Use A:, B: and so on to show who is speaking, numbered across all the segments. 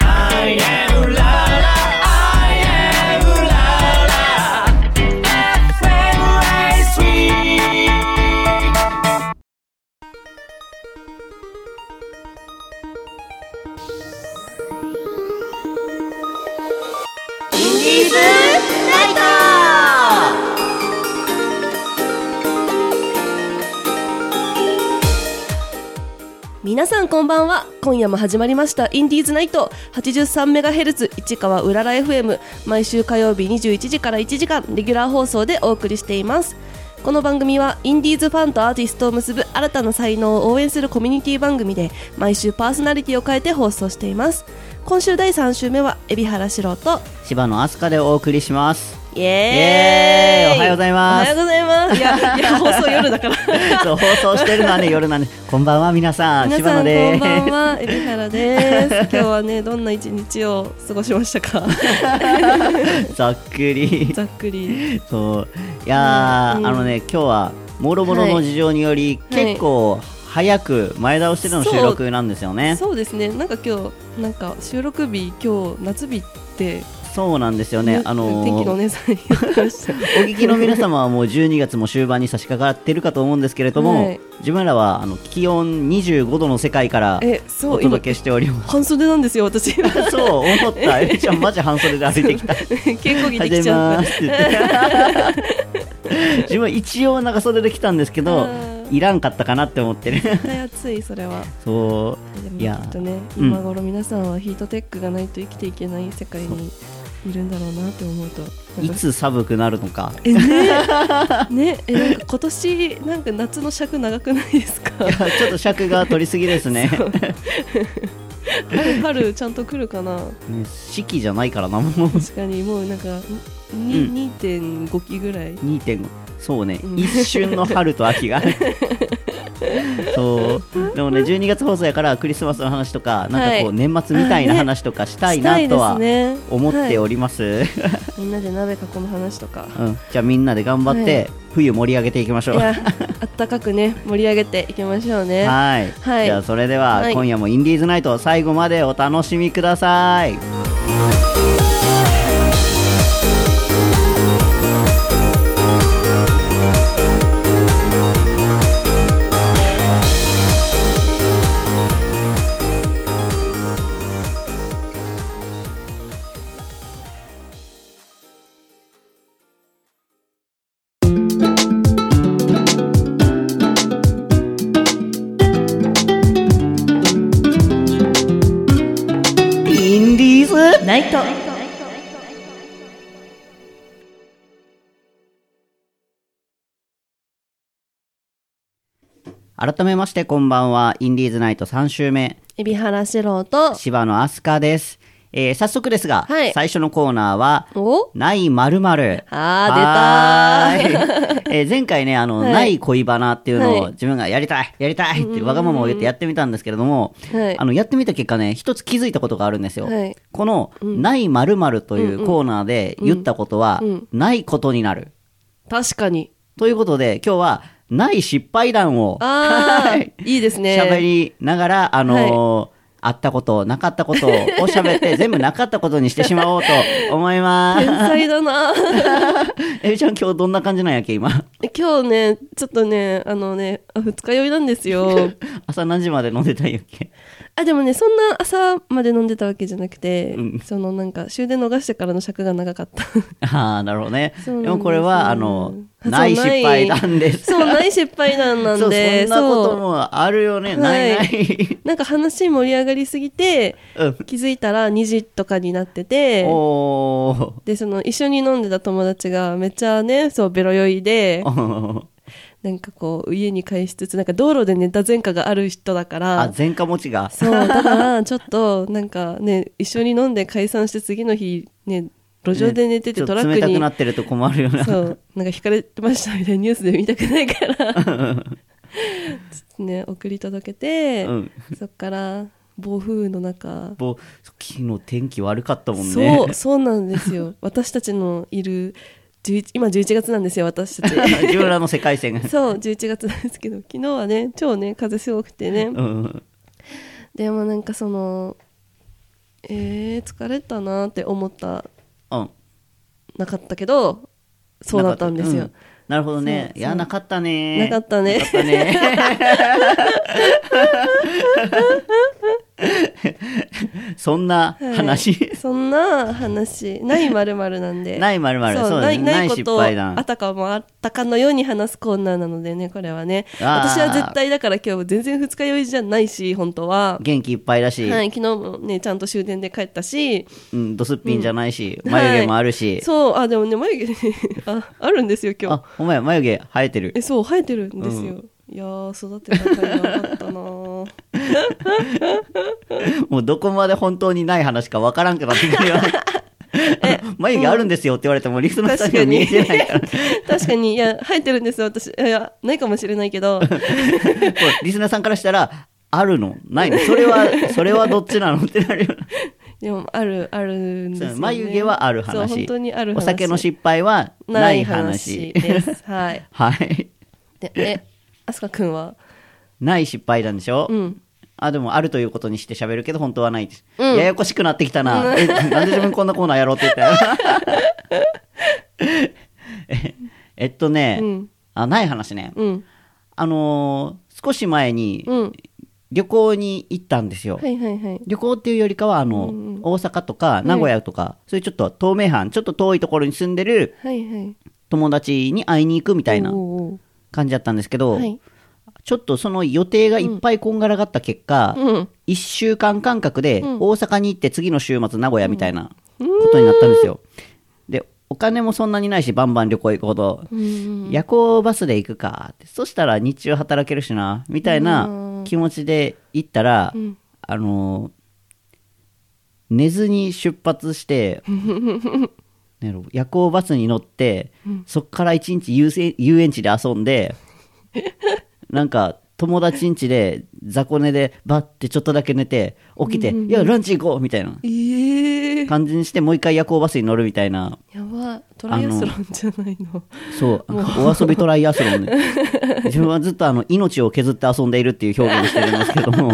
A: I am la la, I am la la. FM ライスウィーク
B: インディーズナイト
C: 皆さんこんばんは今夜も始まりましたインディーズナイト 83MHz 市川うらら FM 毎週火曜日21時から1時間レギュラー放送でお送りしていますこの番組はインディーズファンとアーティストを結ぶ新たな才能を応援するコミュニティ番組で毎週パーソナリティを変えて放送しています今週第3週目は海老原四郎と
D: 柴野飛鳥でお送りします。
C: イエーイ
D: イエーイおはようございます
C: おはようございますいやいや放送夜だから
D: そう放送してるのはね夜なんで、こんばんは皆さん。
C: 皆
D: 柴
C: さ
D: 野
C: んこ
D: で
C: んばん
D: す。
C: は、海老原 です。今日はね、どんな一日を過ごしましたか。
D: ざっくり。
C: ざっくり。
D: そういやー、
C: うん
D: あのね今日はもろもろの事情により、
C: はい
D: 結構早く前倒しての収録なんですよね。そう
C: そうですね、なんか今日、なんか収録日、今日夏日って。
D: なんですよね。あのー
C: 天気のお姉さん言ってま した。
D: お聞きの皆様はもう12月も終盤に差し掛かってるかと思うんですけれども、
C: はい
D: 自分らはあの気温25度の世界から
C: え、そ
D: お
C: う、今
D: 届けしております。
C: 半袖なんですよ、私。稽
D: そう思った、えりちゃん、マジ半袖で歩いてきた。
C: 古着で
D: はじめ
C: きちゃ
D: ま
C: う。
D: すって言って 自分一応長袖で来たんですけ
C: あ
D: ど
C: ー
D: いらんかったかなって思って る
C: 絶対暑い、それは。
D: そ
C: でも
D: いや
C: きっとね、
D: うん
C: 今頃皆さんはヒートテックがないと生きていけない世界に。いるんだろうなって思うと。
D: ういつ寒くなる のか
C: えねねえなんか今年なんか夏の尺長くないですか
D: いやちょっと尺が取りすぎですね
C: 春春ちゃんと来るかな
D: ね四季じゃないからなもう
C: 確かにもうなんか
D: うん
C: に2.5期ぐらい
D: 2.5そうね、
C: うん
D: 一瞬の春と秋 がそうでもね12月放送やからクリスマスの話とかなんかこ
C: はい
D: う年末みたいな話とかしたいなとは
C: ね
D: 思ってお
C: り、
D: ります、
C: はいみんなで鍋囲む話と か
D: うん、じゃあみんなで頑張っ
C: は
D: て冬盛り上げていきまし
C: い
D: ょう
C: やあったかくね盛り上げていきましょうね
D: はい、
C: はい
D: じゃあそれでは、
C: はい
D: 今夜もインディーズナイト最後までお楽しみくださいインディーズ
C: ナイト
D: 改めましてこんばんはインディーズナイト3週目
C: 海老原四郎と
D: 柴野飛鳥です、えー早速ですが、
C: はい
D: 最初のコーナーは
C: お
D: ないまるまる
C: あー出たー
D: はーいえー前回ね、あの、
C: はい
D: ない恋バナっていうのを
C: はい
D: 自分がやりたい、やりたいってわがままを言ってやってみたんですけれども、
C: はい
D: あの、やってみた結果ね、一つ気づいたことがあるんですよ。
C: はい
D: この、ないまるまるというコーナーで言ったことは、ないことになる。
C: 確かに
D: ということで、今日は、ない失敗談を、
C: あ
D: は
C: ー
D: い
C: いいですね
D: 喋、りながら、あのーあったこと、なかったことを喋って、全部なかったことにしてしまおうと思い ます
C: 天。才だな
D: えみちゃん今日どんな感じなんやっけ今
C: 今日ね、ちょっとね、あのね、あ二日酔いなんですよ。
D: 朝何時まで飲んでたんやっけ
C: あ、でもね、そんな朝まで飲んでたわけじゃなくて、
D: うん
C: そのなんか終電逃してからの尺が長か った。
D: ああなるほどねで
C: そうなんですよ
D: もこれはあの
C: そう
D: ない失敗なんです
C: そう、ない失敗談なん
D: そう
C: で、
D: そんなこ
C: そ
D: と
C: う
D: もあるよね、ないな
C: はい なんか話盛り上がりすぎて、
D: うん
C: 気づいたら2時とかになってて、
D: おー
C: で、その一緒に飲んでた友達がめっちゃね、そう、ベロ酔いで、
D: おー
C: なんかこう、家に帰しつつ、なんか道路でネタ前科がある人だから、
D: あ前科持ちが
C: そう、だから、ちょっと、なんかね、一緒に飲んで解散して、次の日、ね、路上で寝て
D: ち
C: て、
D: ょっ
C: ト
D: と
C: ラッ
D: 冷
C: ク
D: た
C: に、
D: くなってると困るよな
C: そう、なんか引かれてましたみたいなニュースで見たくないから、ね、送り届けて、
D: うん
C: そっから、暴風雨の中、
D: もう昨日天気悪かったもんね
C: そう、そうなんですよ。私たちのいる、11今11月なんですよ、私たち。
D: 自分らの世界線が
C: そう、11月なんですけど、昨日はね、超ね、風すごくてね。
D: うん
C: でもなんかそのえー、疲れたなって思った
D: うん
C: なかったけどそうだったんですよ、
D: なかうなるほどね。いや、なかったね。
C: なかったね
D: なかったね そんな
C: はい
D: 話、
C: そんな話ないまるまるなんで
D: ないまるまる
C: そう
D: そうだ
C: な
D: ね
C: いない
D: ない
C: こ
D: 失
C: とを
D: 敗談
C: あたかもあったかのように話すコーナーなのでねこれはね
D: あー
C: 私は絶対だから今日全然二日酔いじゃないし本当は、
D: 元気いっぱいだし、
C: はい、昨日もねちゃんと終電で帰ったし
D: うん、ドスッピンじゃないし、
C: うん
D: 眉毛もあるし、
C: そうあでもね眉毛ああるんですよ今日
D: あお前眉毛生えてる
C: えそう生えてるんですよ、いやー育てた甲斐なかったな ー
D: もうどこまで本当にない話かわからんくなってくるよ 眉毛あるんですよって言われてもリスの下には見えてないから
C: 確かにいや生えてるんですよ私いやないかもしれないけど
D: こうリスナーさんからしたら、あるのないのそれは、それはどっちなのってなるよ
C: でもあるあるんです
D: う
C: よ、
D: な。
C: ね、
D: 眉毛はある話。
C: そう本当にある話
D: お酒の失敗は
C: な
D: ないい
C: 話
D: 話。
C: です。はい。
D: はい。
C: で、え、あすかくんは
D: ない失敗なんでしょ、
C: うん。
D: あ、でもあるということにして喋るけど、本当はないです。
C: うん
D: ややこしくなってきたな。え、なんで自分こんなコーナーやろうって言ったの ええっとね、
C: うん
D: あ、ない話ね。
C: うん。
D: あのー少し前に
C: うん。
D: 旅行に行ったんですよ。
C: はいはいはい。
D: 旅行っていうよりかはあの、大阪とか名古屋とか、そういうちょっと東名阪ちょっと遠いところに住んでる
C: はいはい。み
D: 友達に会いに行くみたいな感じだったんですけど、
C: はい。
D: ちょっとその予定がいっぱいこんがらがった結果、
C: うん。
D: 1週間間隔で大阪に行って次の週末名古屋みたいなことになったんですよ。でお金もそんなにないしバンバン旅行行くほど、
C: うん。
D: 夜行バスで行くかってそしたら日中働けるしなみたいな気持ちで行ったら、
C: ん
D: あのー寝ずに出発 してなんやろ夜行バスに乗って、そっから一日遊せ遊園地で遊ん でなんか友達ん家で雑魚寝でバッてちょっとだけ寝て起きて「いやランチ行こう」みたいな
C: ええ
D: 感じにしてもう一回夜行バスに乗るみたいな
C: やば。トライアスロンじゃないの。
D: そう、あのお遊びトライアスロン ね。自分はずっとあの命を削って遊んでいるっていう表現をしてるんですけども、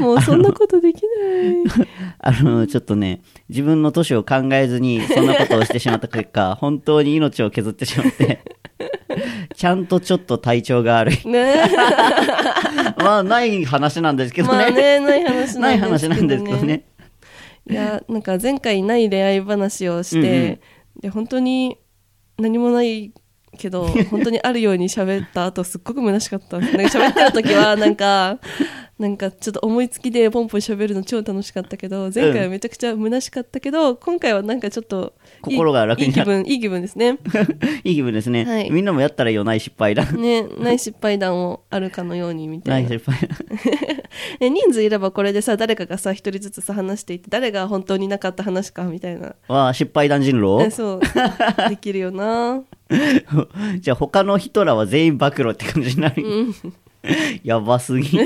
C: もうそんなことできない。
D: あの、ちょっとね、自分の年を考えずにそんなことをしてしまった結 果、本当に命を削ってしまって、ちゃんとちょっと体調が悪い。
C: ね
D: まあ、ない話なんですけどね。
C: まあね、ない話
D: ない
C: なんです
D: 話
C: けどね。
D: なんですけどね。
C: いや、なんか前回ない恋愛話をして、で、本当に何もないけど、本当にあるように喋った後、すっごく虚しかったんです。なんか喋ってる時は、なん か、なんかちょっと思いつきでポンポン喋るの超楽しかったけど、前回はめちゃくちゃ虚しかったけど、今回はなんかちょっといい、
D: 心が楽になる
C: いい気分、いい気分ですね。
D: いい気分ですね、
C: はい
D: みんなもやったらいいよ、ない失敗 だ。
C: ね、ない失敗談をあるかのようにみた
D: ないい
C: な。
D: 失敗だ。
C: え人数いればこれでさ誰かがさ一人ずつさ話していって誰が本当になかった話かみたいな
D: わあ、失敗談人
C: え
D: 狼
C: そう できるよな
D: じゃあ他の人らは全員暴露って感じになる、やばす ぎ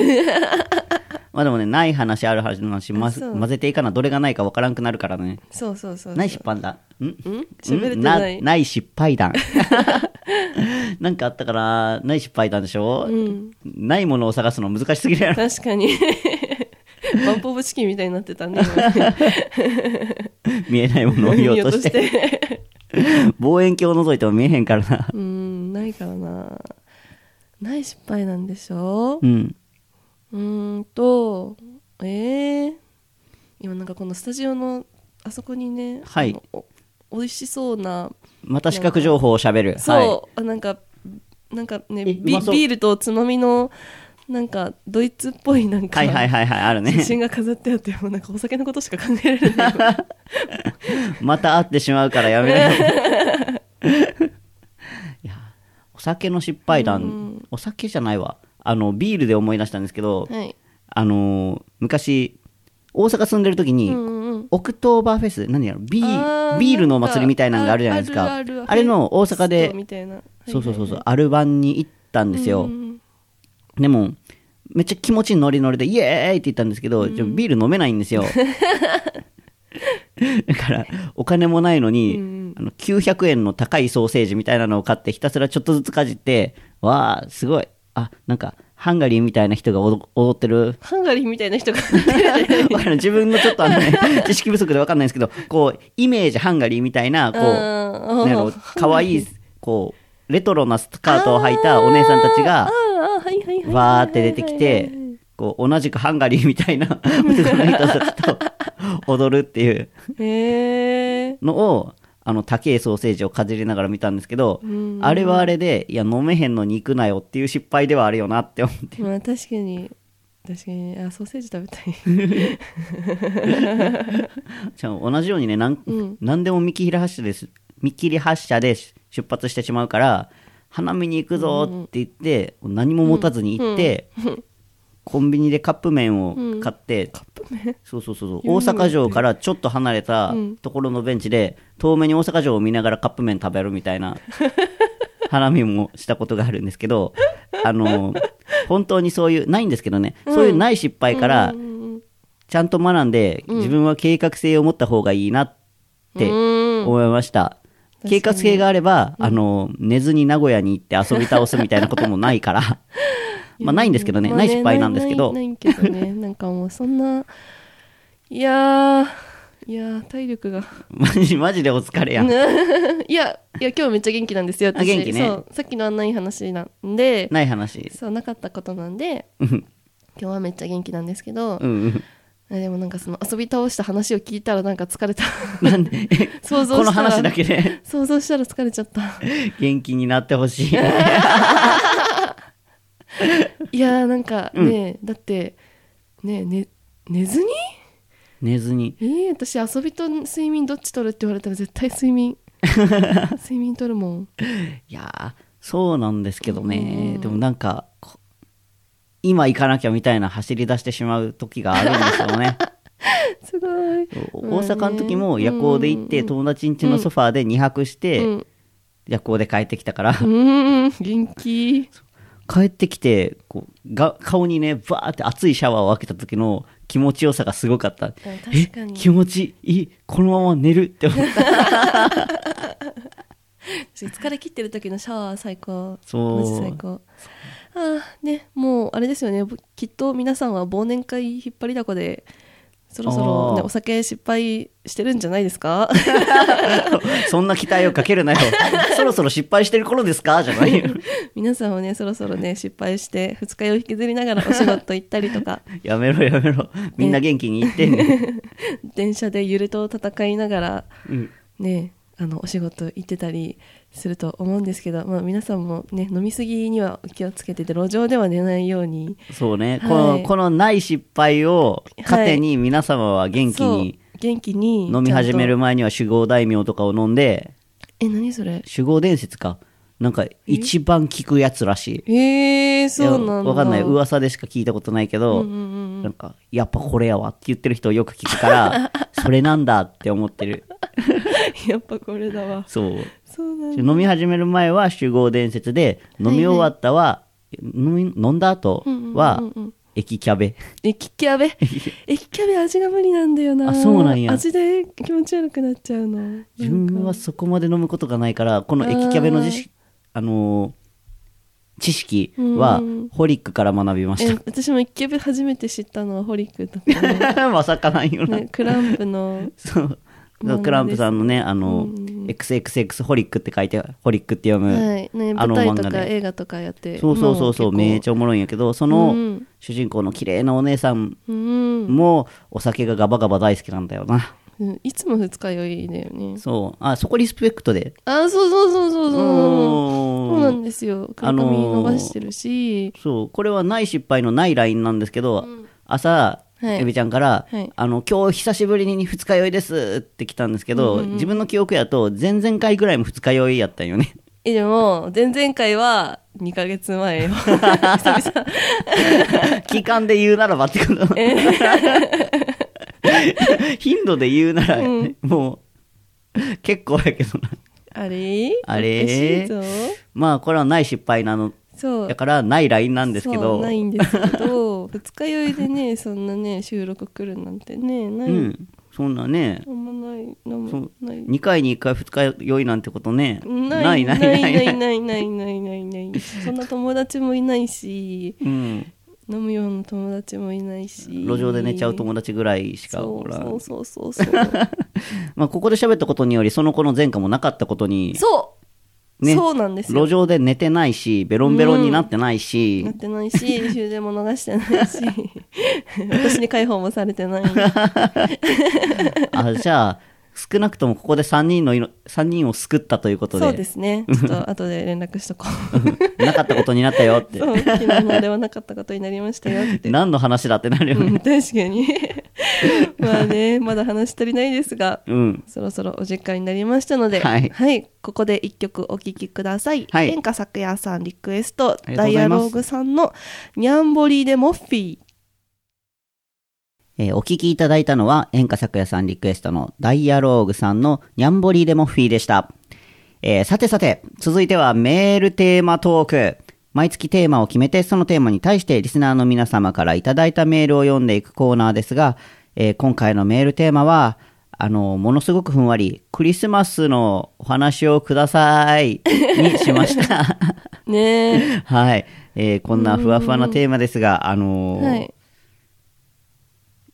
D: まあでもねない話ある話の話、ま、
C: そう
D: 混ぜていいかなどれがないかわからんくなるからね
C: そうそうそう
D: ない失敗談ん
C: ん喋れて
D: ん
C: な
D: ないない失 敗談なんかあったかなない失敗談でしょ、ないものを探すの難しすぎるやろ
C: 確かに バンポブチキンみたいになってたね
D: 見えないも のを
C: 今
D: 見ようとして
C: 見ようとして
D: 望遠鏡を覗いても見えへんからな
C: うんないからなない失敗なんでしょ
D: うん
C: うーんとえー、今なんかこのスタジオのあそこにね、
D: はい
C: あのお美味しそうな
D: また視覚情報をしゃべるはい
C: そう、あなんかなんかね
D: え
C: ビ
D: うまそう
C: ビールとつまみのなんかドイツっぽいなんか、
D: はいはいはいはいあるね
C: 写真が飾ってあってもうなんかお酒のことしか考えられない
D: また会ってしまうからやめないいや お酒の失敗談、お酒じゃないわあのビールで思い出したんですけど、
C: はい
D: あのー昔大阪住んでる時に、
C: うんうん
D: オクトーバーフェス何やろビ
C: あ
D: ー
C: ー
D: ビールのお
C: なんか
D: 祭りみたいなのがあるじゃないですかあ
C: あるある
D: れの大阪
C: フェスト
D: で
C: みたいな、はい
D: そうそうそうそう、
C: は
D: アルバンに行ったんですよ、
C: いうん
D: でもめっちゃ気持ちノリノリでイエーイって言ったんですけど、ちょビール飲めないん ですよだからお金もないのに、あの900円の高いソーセージみたいなのを買ってひたすらちょっとずつかじってわあすごいあなんかハンガリーみたいな人が踊踊ってる
C: ハンガリーみたいな人が出てる
D: わかる自分のちょっとあの、 ね、知識不足でわかんないんですけどこうイメージハンガリーみたいなこう
C: うん
D: なんやろ可愛いこうレトロなスカートを履いたお姉さんたちがわーって出てきてこう同じくハンガリーみたいな男の人たちと踊るっていう
C: へえ
D: のをあの高いソーセージをかじりながら見たんですけどあれはあれでいや飲めへんのに行くなよっていう失敗ではあるよなって思って
C: まあ確かに確かにあソーセージ食べたい
D: じゃあ同じようにねなん、
C: うん
D: 何でも見切り発車です見切り発車でし出発してしまうから花見に行くぞって言って、何も持たずに行って、コンビニでカップ麺を買って、そうそうそうそう大阪城からちょっと離れたところのベンチで、遠目に大阪城を見ながらカップ麺食べるみた いな花見もしたことがあるんですけどあの本当にそういうないんですけどね、そういうない失敗 から、ちゃんと学んで、自分は計画性を持った方がいいなって思いました。計画性があれば、あの、寝ずに名古屋に行って遊び倒すみたいなこともな いから、まあないんですけどね、
C: まあ
D: ない失敗なんですけど
C: な、いないけどね なんかもうそんないやーいやー体力が
D: マジ、 マジでお疲れや。
C: いやいや今日めっちゃ元気なんですよ
D: あ
C: 私
D: 元気ね
C: そうさっきのはない話なんで
D: ない話。
C: そうなかったことなんで
D: うん
C: 今日はめっちゃ元気なんですけど、
D: うん。
C: えでもなんかその遊び倒した話を聞いたらなんか疲れた
D: な んで、
C: 想像したら
D: この話だけで
C: 想像したら疲れちゃった
D: 元気になってほし い。
C: いやーなんかね、だってねね寝ずに
D: 寝ずに。
C: えー、私遊びと睡眠どっち取るって言われたら絶対睡 眠睡眠取るもん
D: いやーそうなんですけどね、でもなんかこ今行かなきゃみたいな走り出してしまう時があるんですよ ね
C: すごい
D: 大阪の時も夜行で行って友達ん家のソファーで2泊して
C: うん
D: 夜行で帰ってきたから、
C: うーん元気
D: 帰ってきてこうが顔にねバーって熱いシャワーをかけた時の気持ちよさがすごかった
C: 確か
D: え
C: に
D: 気持ちいいこのまま寝るって思った
C: 疲れ切ってる時のシャワー最高
D: そう
C: マジ最高ああねもうあれですよねぼきっと皆さんは忘年会引っ張りだこでそろそろ、ね、
D: あー
C: お酒失敗してるんじゃないですか
D: そんな期待をかけるなよそろそろ失敗してる頃ですかじゃないよ
C: 皆さんもねそろそろね失敗して二日酔い引きずりながらお仕事行ったりと か
D: やめろやめろみんな元気に言ってんね
C: 電車で揺れと戦いながら
D: うん
C: ねあのお仕事行ってたりすると思うんですけど、まあ、皆さんもね飲み過ぎには気をつけてて路上では寝ないように
D: そうね、
C: はい
D: このこのない失敗を糧に皆様は元気
C: そう
D: に
C: 元気に
D: 飲み始め
C: ち
D: る
C: ゃんと
D: 前には酒豪大名とかを飲んで
C: え何それ
D: 酒豪伝説かなんか一番効くやつらしい
C: えー、そうなんだ
D: いやわかんない噂でしか聞いたことないけど、なんかやっぱこれやわって言ってる人をよく聞くからそれなんだって思ってる
C: やっぱこれだわ
D: そう
C: そうなんだ
D: 飲み始める前は酒豪伝説で飲み終わったは、飲み飲んだ後は駅キャベ
C: 駅キャ ベ駅キャベ味が無理なんだよな
D: あそうなんや
C: 味で気持ち悪くなっちゃうの
D: 自分はそこまで飲むことがないからこの駅キャベの知識あのー知識はホリックから学びま
C: え
D: し
C: 私も駅キャベ初めて知ったのはホリックだったね
D: た まさかないよ な、
C: ねクランプの
D: そう
C: まあ
D: クランプさんのねあの XXX ホリックって書いてホリックって読む、
C: はいね、
D: あ
C: 舞
D: の
C: 台と
D: 漫画
C: か
D: で
C: 映画とかやって
D: そうそうそうそうめっち
C: ゃ
D: ゃおもろいんやけどそ
C: うんう
D: の
C: ん
D: 主人公の綺麗なお姉さん
C: うん、
D: もお酒がガバガバ大好きなんだよな、
C: うん、いつも二日酔いだよね
D: そうあそこリスペクトで
C: あそうそうそうそうそう
D: う
C: そ
D: ん
C: うなんですよ黒髪伸ばしてるし、
D: そうこれはない失敗のないラインなんですけど、朝、
C: はい
D: エビちゃんから、
C: はい
D: あの今日久しぶりに二日酔いですって来たんですけど、自分の記憶やと前々回ぐらいも二日酔いやったんよね
C: えでも前々回は2ヶ月 前よ久々
D: 期間で言うならばってこと 頻度で言うなら、もう結構やけどな
C: あれ
D: あれ
C: おかしいぞ
D: まあこれはない失敗なの
C: そう
D: だからないラインなんですけ
C: そ
D: ど
C: うないんですけど二日酔いでねそんなね収録来るなんてねない、
D: うん、そんなね
C: あんまないなん
D: そ
C: も
D: う
C: ない
D: 2回に1回二日酔いなんてことね
C: ないない
D: な
C: ない
D: ない
C: い
D: な
C: ないいないないないないないないそんな友達もいないし
D: うん、
C: 飲むような友達もいないし
D: 路上で寝ちゃう友達ぐらいしかおらん
C: そうそうそうそうそう
D: まあ、ここで喋ったことによりその子の前科もなかったことに
C: そう、
D: ね
C: そうなんですよ
D: 路上で寝てないしベロンベロンになってないし、
C: なってないし終電も逃してないし 私に解放もされてない
D: あじゃあ少なくともここで3人のいの三人を救ったということで
C: そうですねちょっと後で連絡しとこ
D: なかったことになったよっ
C: う
D: て
C: そう昨日のではなかったことになりましたよって
D: 何の話だってなるよ
C: うん、
D: ね
C: 確かに まあねまだ話し足りないですが
D: うん
C: そろそろお時間になりましたので、
D: はい
C: ここで一曲お聴きください、
D: はい
C: 演歌作家さんリクエスト
D: り
C: ダ
D: がとうご
C: イ
D: ざ
C: ア
D: います
C: ローグさんの「ニャンボリーでモッフィー
D: えーお聞きいただいたのは演歌作家さんリクエストのダイアローグさんのニャンボリーデモッフィーでした、えーさてさて続いてはメールテーマトーク毎月テーマを決めてそのテーマに対してリスナーの皆様からいただいたメールを読んでいくコーナーですが、えー今回のメールテーマはあのものすごくふんわりクリスマスのお話をくださいにしま した」
C: ねえ
D: はい、えーこんなふわふわなテーマですが、あのー
C: はい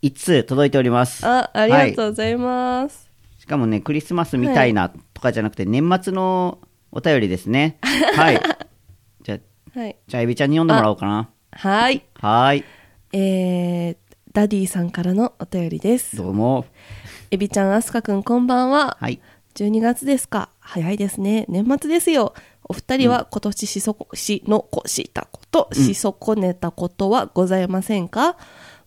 D: 一通届いております。
C: あありがと
D: は
C: うございます、
D: いしかもね、クリスマスみたいなとかじゃなくて、年末のお便りですね。はい。じゃ、
C: はい
D: じゃあ、エビちゃんに読んでもらおうかな。
C: はい
D: はーい。
C: えーダディさんからのお便りです
D: どうも。
C: エビちゃんあすかくんこんばんは、
D: はい。
C: 12月ですか早いですね年末ですよお二人は今年しそこし残したこと、し損ねたことはございませんか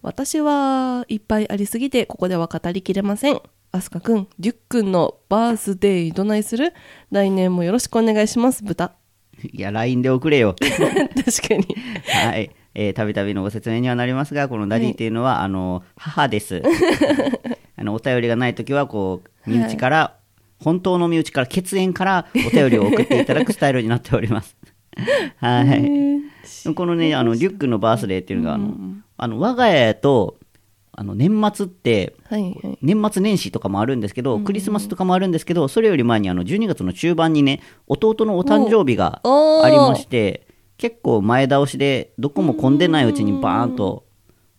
C: 私はいっぱいありすぎてここでは語りきれませんあすかくんりゅっくんのバースデーどないする来年もよろしくお願いします豚
D: いや、LINE で送れよ。
C: 確かに
D: はい。えーたびたびのご説明にはなりますが、このダディっていうのは、あの、母 です。あの、お便りがないときは、こう、身内から、本当の身内から、血縁からお便りを送っていただくスタイルになっており ます。はい。このね、あの、リュックのバースデーっていうのが、あの、あの我が家と、あの、年末って、
C: はいはい
D: 年末年始とかもあるんですけど、クリスマスとかもあるんですけど、それより前にあの12月の中盤にね、弟のお誕生日が
C: おー
D: ありまして、結構前倒しで、どこも混んでないうちにバーンと、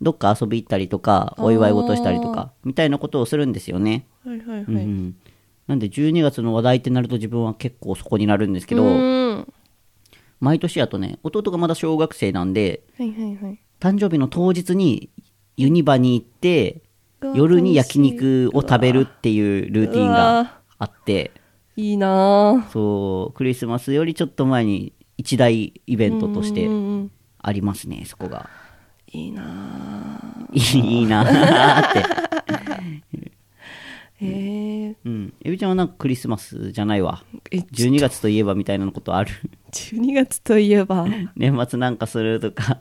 D: どっか遊び行ったりとか、お祝い事したりとか、みたいなことをするんですよね。
C: はいはいはい、
D: うんなんで12月の話題ってなると自分は結構そこになるんですけ
C: う
D: ど、
C: んは
D: 毎年あとね、弟がまだ小学生なんで、
C: いはいはい
D: 誕生日の当日にユニバに行って
C: うわ
D: 夜に焼肉を食べるっていうルーティンがあって
C: いいな
D: そうクリスマスよりちょっと前に一大イベントとし
C: ぁ
D: て
C: うんうん
D: ありますねそこが
C: いいなぁ
D: いいいいなーって、
C: へえ
D: うん、エビちゃんはなんかクリスマスじゃないわ
C: え
D: 12月といえばみたいなこと ある
C: 12月といえば
D: 年末なんかするとか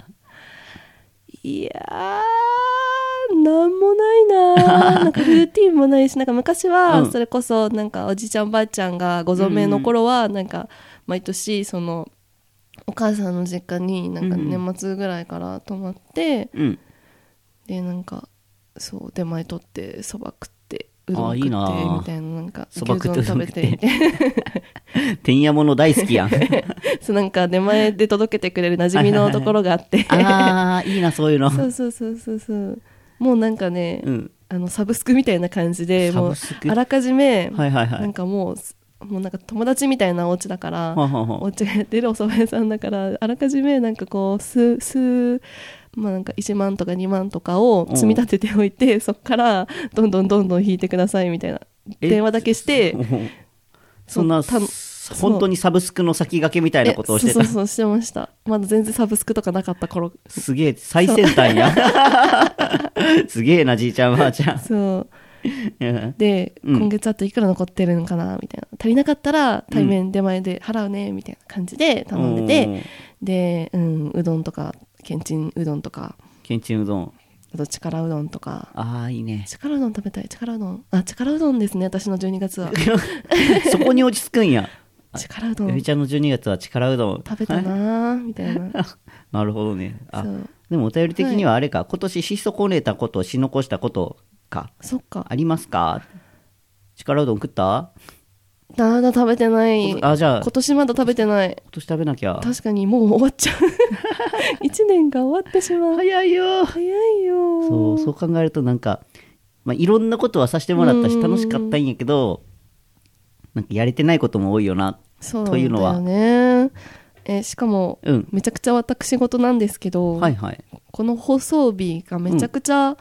C: いやーなんもないなー なんかルーティンもないしなんか昔は
D: うん
C: それこそなんかおじいちゃんおばあちゃんがご存命の頃はなんか毎年そのお母さんの実家になんか年末ぐらいから泊まって
D: うん
C: でなんかそう出前取ってそば食ってうど
D: あー
C: ん
D: い
C: 食
D: い
C: って
D: なー
C: みたいななんか
D: そば食って
C: 牛丼食べてみたいな
D: てんやもの大好きやん
C: そうなんか出前で届けてくれる馴染みのところがあって
D: あーいいなそういうの
C: そうそうそうそうそうもうなんかね、
D: うん
C: あのサブスクみたいな感じでもう
D: サブスク
C: あらかじめ、
D: はいはいはい
C: なんかもうすもうなんか友達みたいなお家だから、
D: はんはんはん
C: お家がやってるお蕎麦屋さんだからあらかじめなんかこう数数まあなんか1万とか2万とかを積み立てておいて、そこからどんどんどんどん引いてくださいみたいな
D: え
C: 電話だけして
D: うんそんな
C: そうた
D: 本当にサブスクの先駆けみたいなことをして
C: えそう
D: た
C: そうそうしてましたまだ全然サブスクとかなかった頃
D: すげえ最先端や すげえなじいちゃんばあちゃん
C: そう
D: うん
C: で、
D: うん
C: 今月あといくら残ってるのかなみたいな足りなかったら対面出前で払うねみたいな感じで頼んでて、
D: うん
C: で、うん、うどんとかけんちんうどんとか
D: けんちんうどん
C: あと力うどんとか
D: ああいいね
C: 力うどん食べたい力うどんあ力うどんですね私の12月は
D: そこに落ち着くんや
C: 力うど
D: ゆ
C: ん
D: りちゃんの12月は力うどん
C: 食べたなーみたいな
D: なるほどねあ
C: そう
D: でもお便り的にはあれか、今年し損ねたことし残したことか
C: そっか
D: ありますか力うどん食った
C: まだ食べてない今
D: あじゃあ今
C: 年まだ食べてない
D: 年食べなきゃ
C: 確かにもう終わっちゃう 一年が終わってしまう
D: 早いよ
C: 早いよ
D: そうそう考えるとなんか、まあ、いろんなことはさせてもらったし楽しかったんやけどなんかやれてないことも多いよな
C: そう
D: というのは
C: なんだよねえしかも、
D: うん
C: めちゃくちゃ私事なんですけど、
D: はいはい
C: この放送日がめちゃくちゃ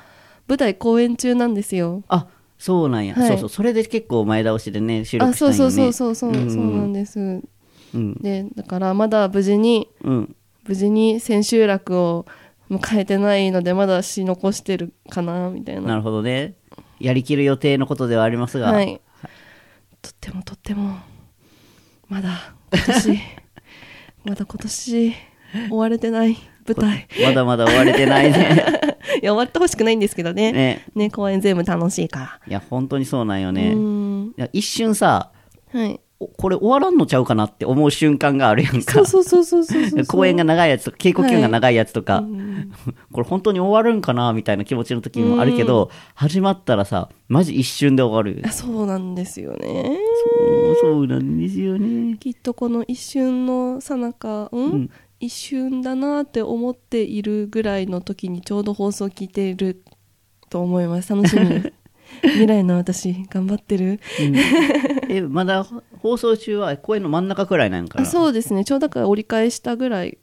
C: 舞台公演中なんですよ、
D: あそうなんや、
C: はい
D: そうそうそれで結構前倒しでね収
C: あ
D: 録した
C: そ
D: ん
C: う
D: やね
C: そうそうそうそう、
D: ん
C: そうなんです
D: うん
C: でだからまだ無事に
D: うん
C: 無事に千秋楽を迎えてないのでまだし残してるかなみたいな
D: なるほどねやりきる予定のことではありますが、
C: はい、とってもとってもまだ今 年まだ今年終われてない舞台
D: まだまだ終われてないね
C: いや終わってほしくないんですけどねね
D: ね
C: 公演全部楽しいか
D: いや本当にそうなんよ
C: ら、
D: ね、
C: う
D: い
C: ん
D: や一瞬さ
C: はい
D: おこれ終わらんのちゃうかなって思う瞬間があるやんか
C: そうそうそうそうそうそう
D: 公演が長いやつとか稽古期間が長いやつとか、これ本当に終わるんかなみたいな気持ちの時もあるけど、始まったらさマジ一瞬で終わる
C: あそうなんですよね
D: そうそうなんですよね
C: きっとこの一瞬のさなかうん、
D: うん
C: 一瞬だなって思っているぐらいの時にちょうど放送聞いていると思います楽し み未来の私頑張ってる
D: えまだ放送中は公演の真ん中くらいなんか
C: あ
D: なう
C: そうですねちょうどだから折り返したぐらい
D: ん
C: か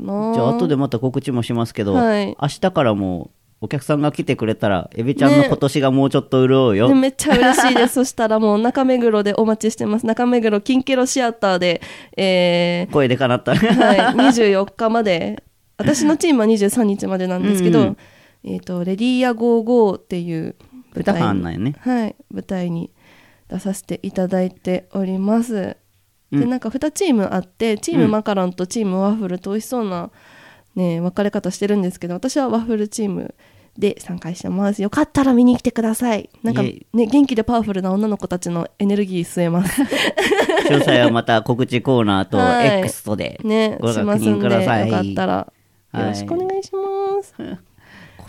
C: な
D: じゃあ後でまた告知もしますけど、
C: はい
D: 明日からもうお客さんが来てくれたらエビちゃんの
C: ね
D: 今年がもうちょっと潤うよ、
C: でめっちゃ嬉しいですそしたらもう中目黒でお待ちしてます中目黒キンケロシアターでえ
D: 声でかなっ た
C: ー、はい、24日まで私のチームは23日までなんですけど、
D: うんうん
C: えっ、と「レディーアゴーゴー」っていう舞
D: 歌
C: 台
D: 班なんやね
C: はい、舞台に出させていただいております。
D: うん
C: でなんか2チームあってチームマカロンとチームワッフルと美味しそうな、ね、分かれ方してるんですけど私はワッフルチームで参加してますよかったら見に来てくださいなんか、
D: イエイ
C: ね、元気でパワフルな女の子たちのエネルギー吸えます
D: 詳細はまた告知コーナーと
C: はい
D: X とで
C: ね
D: ご
C: し
D: 確
C: ます
D: 認
C: んで
D: く
C: よ
D: ださい
C: かったら
D: はい
C: よろしくお願いします、
D: 今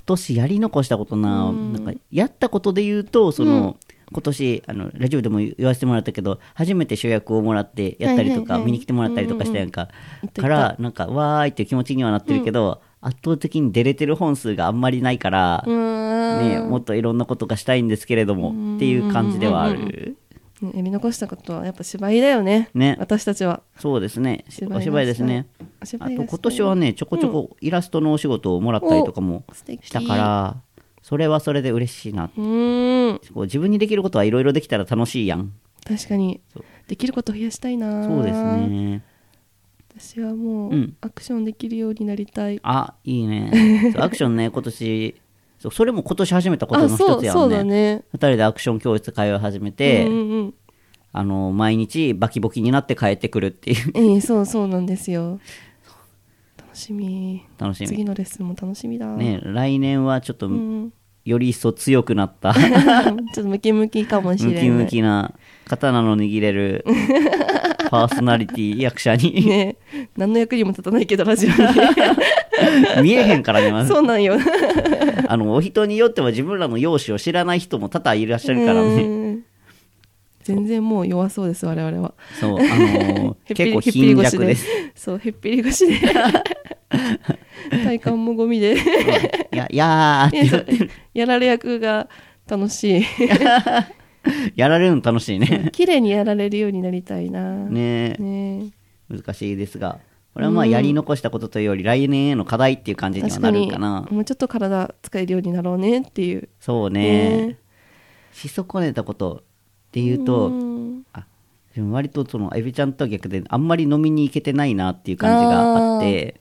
D: 年やり残したことな,、なんかやったことで言うとその、今年あのラジオでも言わせてもらったけど初めて主役をもらってやったりとか、
C: はいはいはい
D: 見に来てもらったりとかしたやんか、
C: た
D: からなんかわーいっていう気持ちにはなってるけど、圧倒的に出れてる本数があんまりないから、
C: うーん
D: ね、もっといろんなことがしたいんですけれども、っていう感じではある、
C: ねやり残したことはやっぱ芝居だよね
D: ね
C: 私たちは
D: そうですね
C: 芝居
D: お芝居ですね
C: お芝
D: あ
C: 居がした
D: と
C: い
D: 今年はねちょこちょこイラストのお仕事をもらったりとかも
C: お素敵
D: したから、それはそれで嬉しいな
C: うーん
D: こう自分にできることはいろいろできたら楽しいやん
C: 確かに
D: そう
C: できること増やしたいな
D: そうですね
C: 私はもう、
D: うん
C: アクションできるようになりたい
D: あいい ねそうアクションね今年そうそれも今年始めたことの一つや
C: そ
D: ん
C: う
D: ね
C: そうだね
D: 二人でアクション教室通い始めて、
C: うんうん
D: あの毎日バキボキになって帰ってくるっていう
C: うんええそうそうなんですよ楽しみ
D: 楽し
C: 次
D: み
C: のレッスンも楽しみだ
D: ね来年はちょっと
C: うん
D: より一層強くなった
C: ちょっとムキムキかもしれ
D: ム
C: ない
D: キムキな刀の握れる パーソナリティ役者に
C: ね何の役にも立たないけどラジオに
D: 見えへんからねまず
C: そうなんよ
D: あのお人によっては自分らの容姿を知らない人も多々いらっしゃるからね
C: うん全然もう弱そうです我々は
D: そう、あのー
C: へっぴり
D: 結
C: へ
D: 構
C: っぴり
D: 貧
C: 腰
D: 弱です。
C: そうへっぴり腰 で体幹もゴミで
D: いや、いやー
C: いや
D: って
C: そうやられ役が楽し い
D: やられるの楽しいね。
C: 綺麗にやられるようになりたいなね
D: ね
C: ね
D: え難しいですが、これはまあやり残したことというより来年への課題っていう感じには
C: 確
D: な
C: か
D: る
C: に
D: かな。
C: もうちょっと体使えるようになろうねっていう
D: そうね
C: ね
D: し損ねたことっていうと、
C: うん
D: あでも割とそのエビちゃんとは逆であんまり飲みに行けてないなっていう感じがあって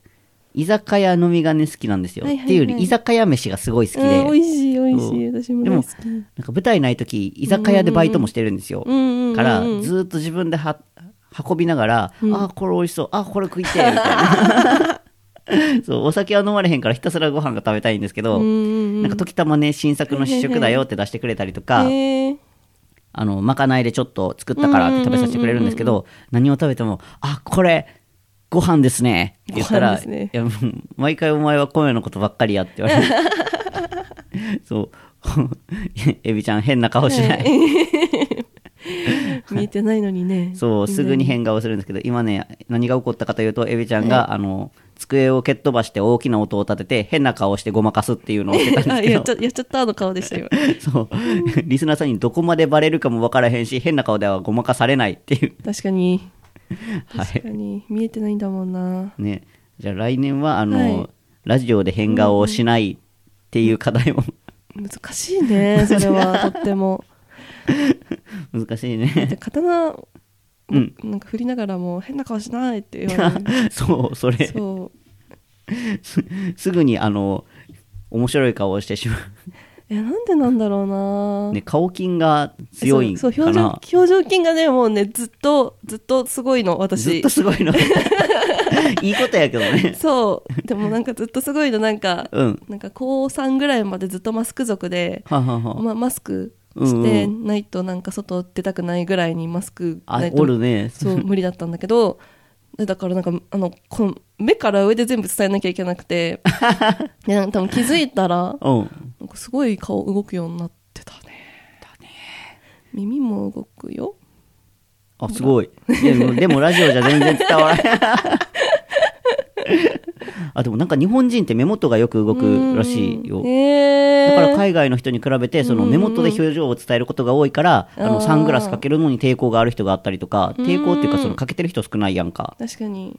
D: 居酒屋飲みがね好きなんですよ、
C: はいはいはい
D: っていうより居酒屋飯がすごい好きで、
C: うん美味しい美味しい
D: そう
C: 私も
D: で
C: 大
D: も
C: 好きうん
D: なんか舞台ない時居酒屋でバイトもしてるんですよ、
C: うんうん
D: からずーっと自分では運びながら、あーこれ美味しそうあーこれ食いてえみた いなそうお酒は飲まれへんからひたすらご飯が食べたいんですけど、
C: うんうん
D: なんか時たまね新作の試食だよって出してくれたりとか、
C: へえ
D: あのまかないでちょっと作ったからって食べさせてくれるんですけど、何を食べてもあこれご飯ですねって言った
C: ご
D: ら、
C: 飯ですね
D: いや もう毎回お前は声のことばっかりやって言わ れ てそうエビちゃん変な顔しない
C: 見えてないのにね
D: そう、す ぐに変顔するんですけど、今ね、何が起こったかというと、エビちゃんが、あの、机を蹴っ飛ばして大きな音を立てて、変な顔をしてごまかすっていうのをしてた ん
C: あ
D: ですけ
C: やっ
D: ど
C: ちゃやっちゃったの顔でしたよ
D: そう、リスナーさんにどこまでバレるかもわからへんし、変な顔ではごまかされないっていう。
C: 確かに
D: は
C: 確か
D: い。
C: に見えてないんだもんな
D: ね。じゃあ来年は、あの、
C: はい
D: ラジオで変顔をしないっていう課題も
C: 難しい ねそれはとっても
D: 難しい
C: で
D: ね。
C: 刀
D: うん。
C: なんか振りながらも変な顔しないって言われ
D: そう、そ
C: る
D: れ、
C: そう
D: すぐに、あの、面白い顔をしてしま
C: えなんでなんだろうな
D: う。ね、顔筋が強いんか
C: そう
D: な。
C: そう表情表情筋がねもうねずっとずっとすごいの私
D: ずっとすごいの。 いいことやけどね。
C: そうでもなんかずっとすごいのなんか、
D: うん。
C: なんか高3ぐらいまでずっとマスク族で、
D: はあはあはあ
C: まあ、マスクして
D: うん
C: ないとなんか外出たくないぐらいにマスク
D: あ
C: ない、と
D: おるね。
C: そう無理だったんだけどでだからなんかあのこの目から上で全部伝えなきゃいけなく てでなんか多分気づいたら
D: うん。
C: なんかすごい顔動くようになってたね耳も動くよ
D: あ、すごい。いやでもでもラジオじゃ全然伝わら ない。あ、でもなんか日本人って目元がよく動くらしいよ
C: うん。へ
D: だ
C: ー
D: から海外の人に比べて、その目元で表情を伝えることが多いから、あ
C: あ
D: の、
C: ー
D: サングラスかけるのに抵抗がある人があったりとか、抵抗っていうか、そのかけてる人少ないやんか。
C: 確かに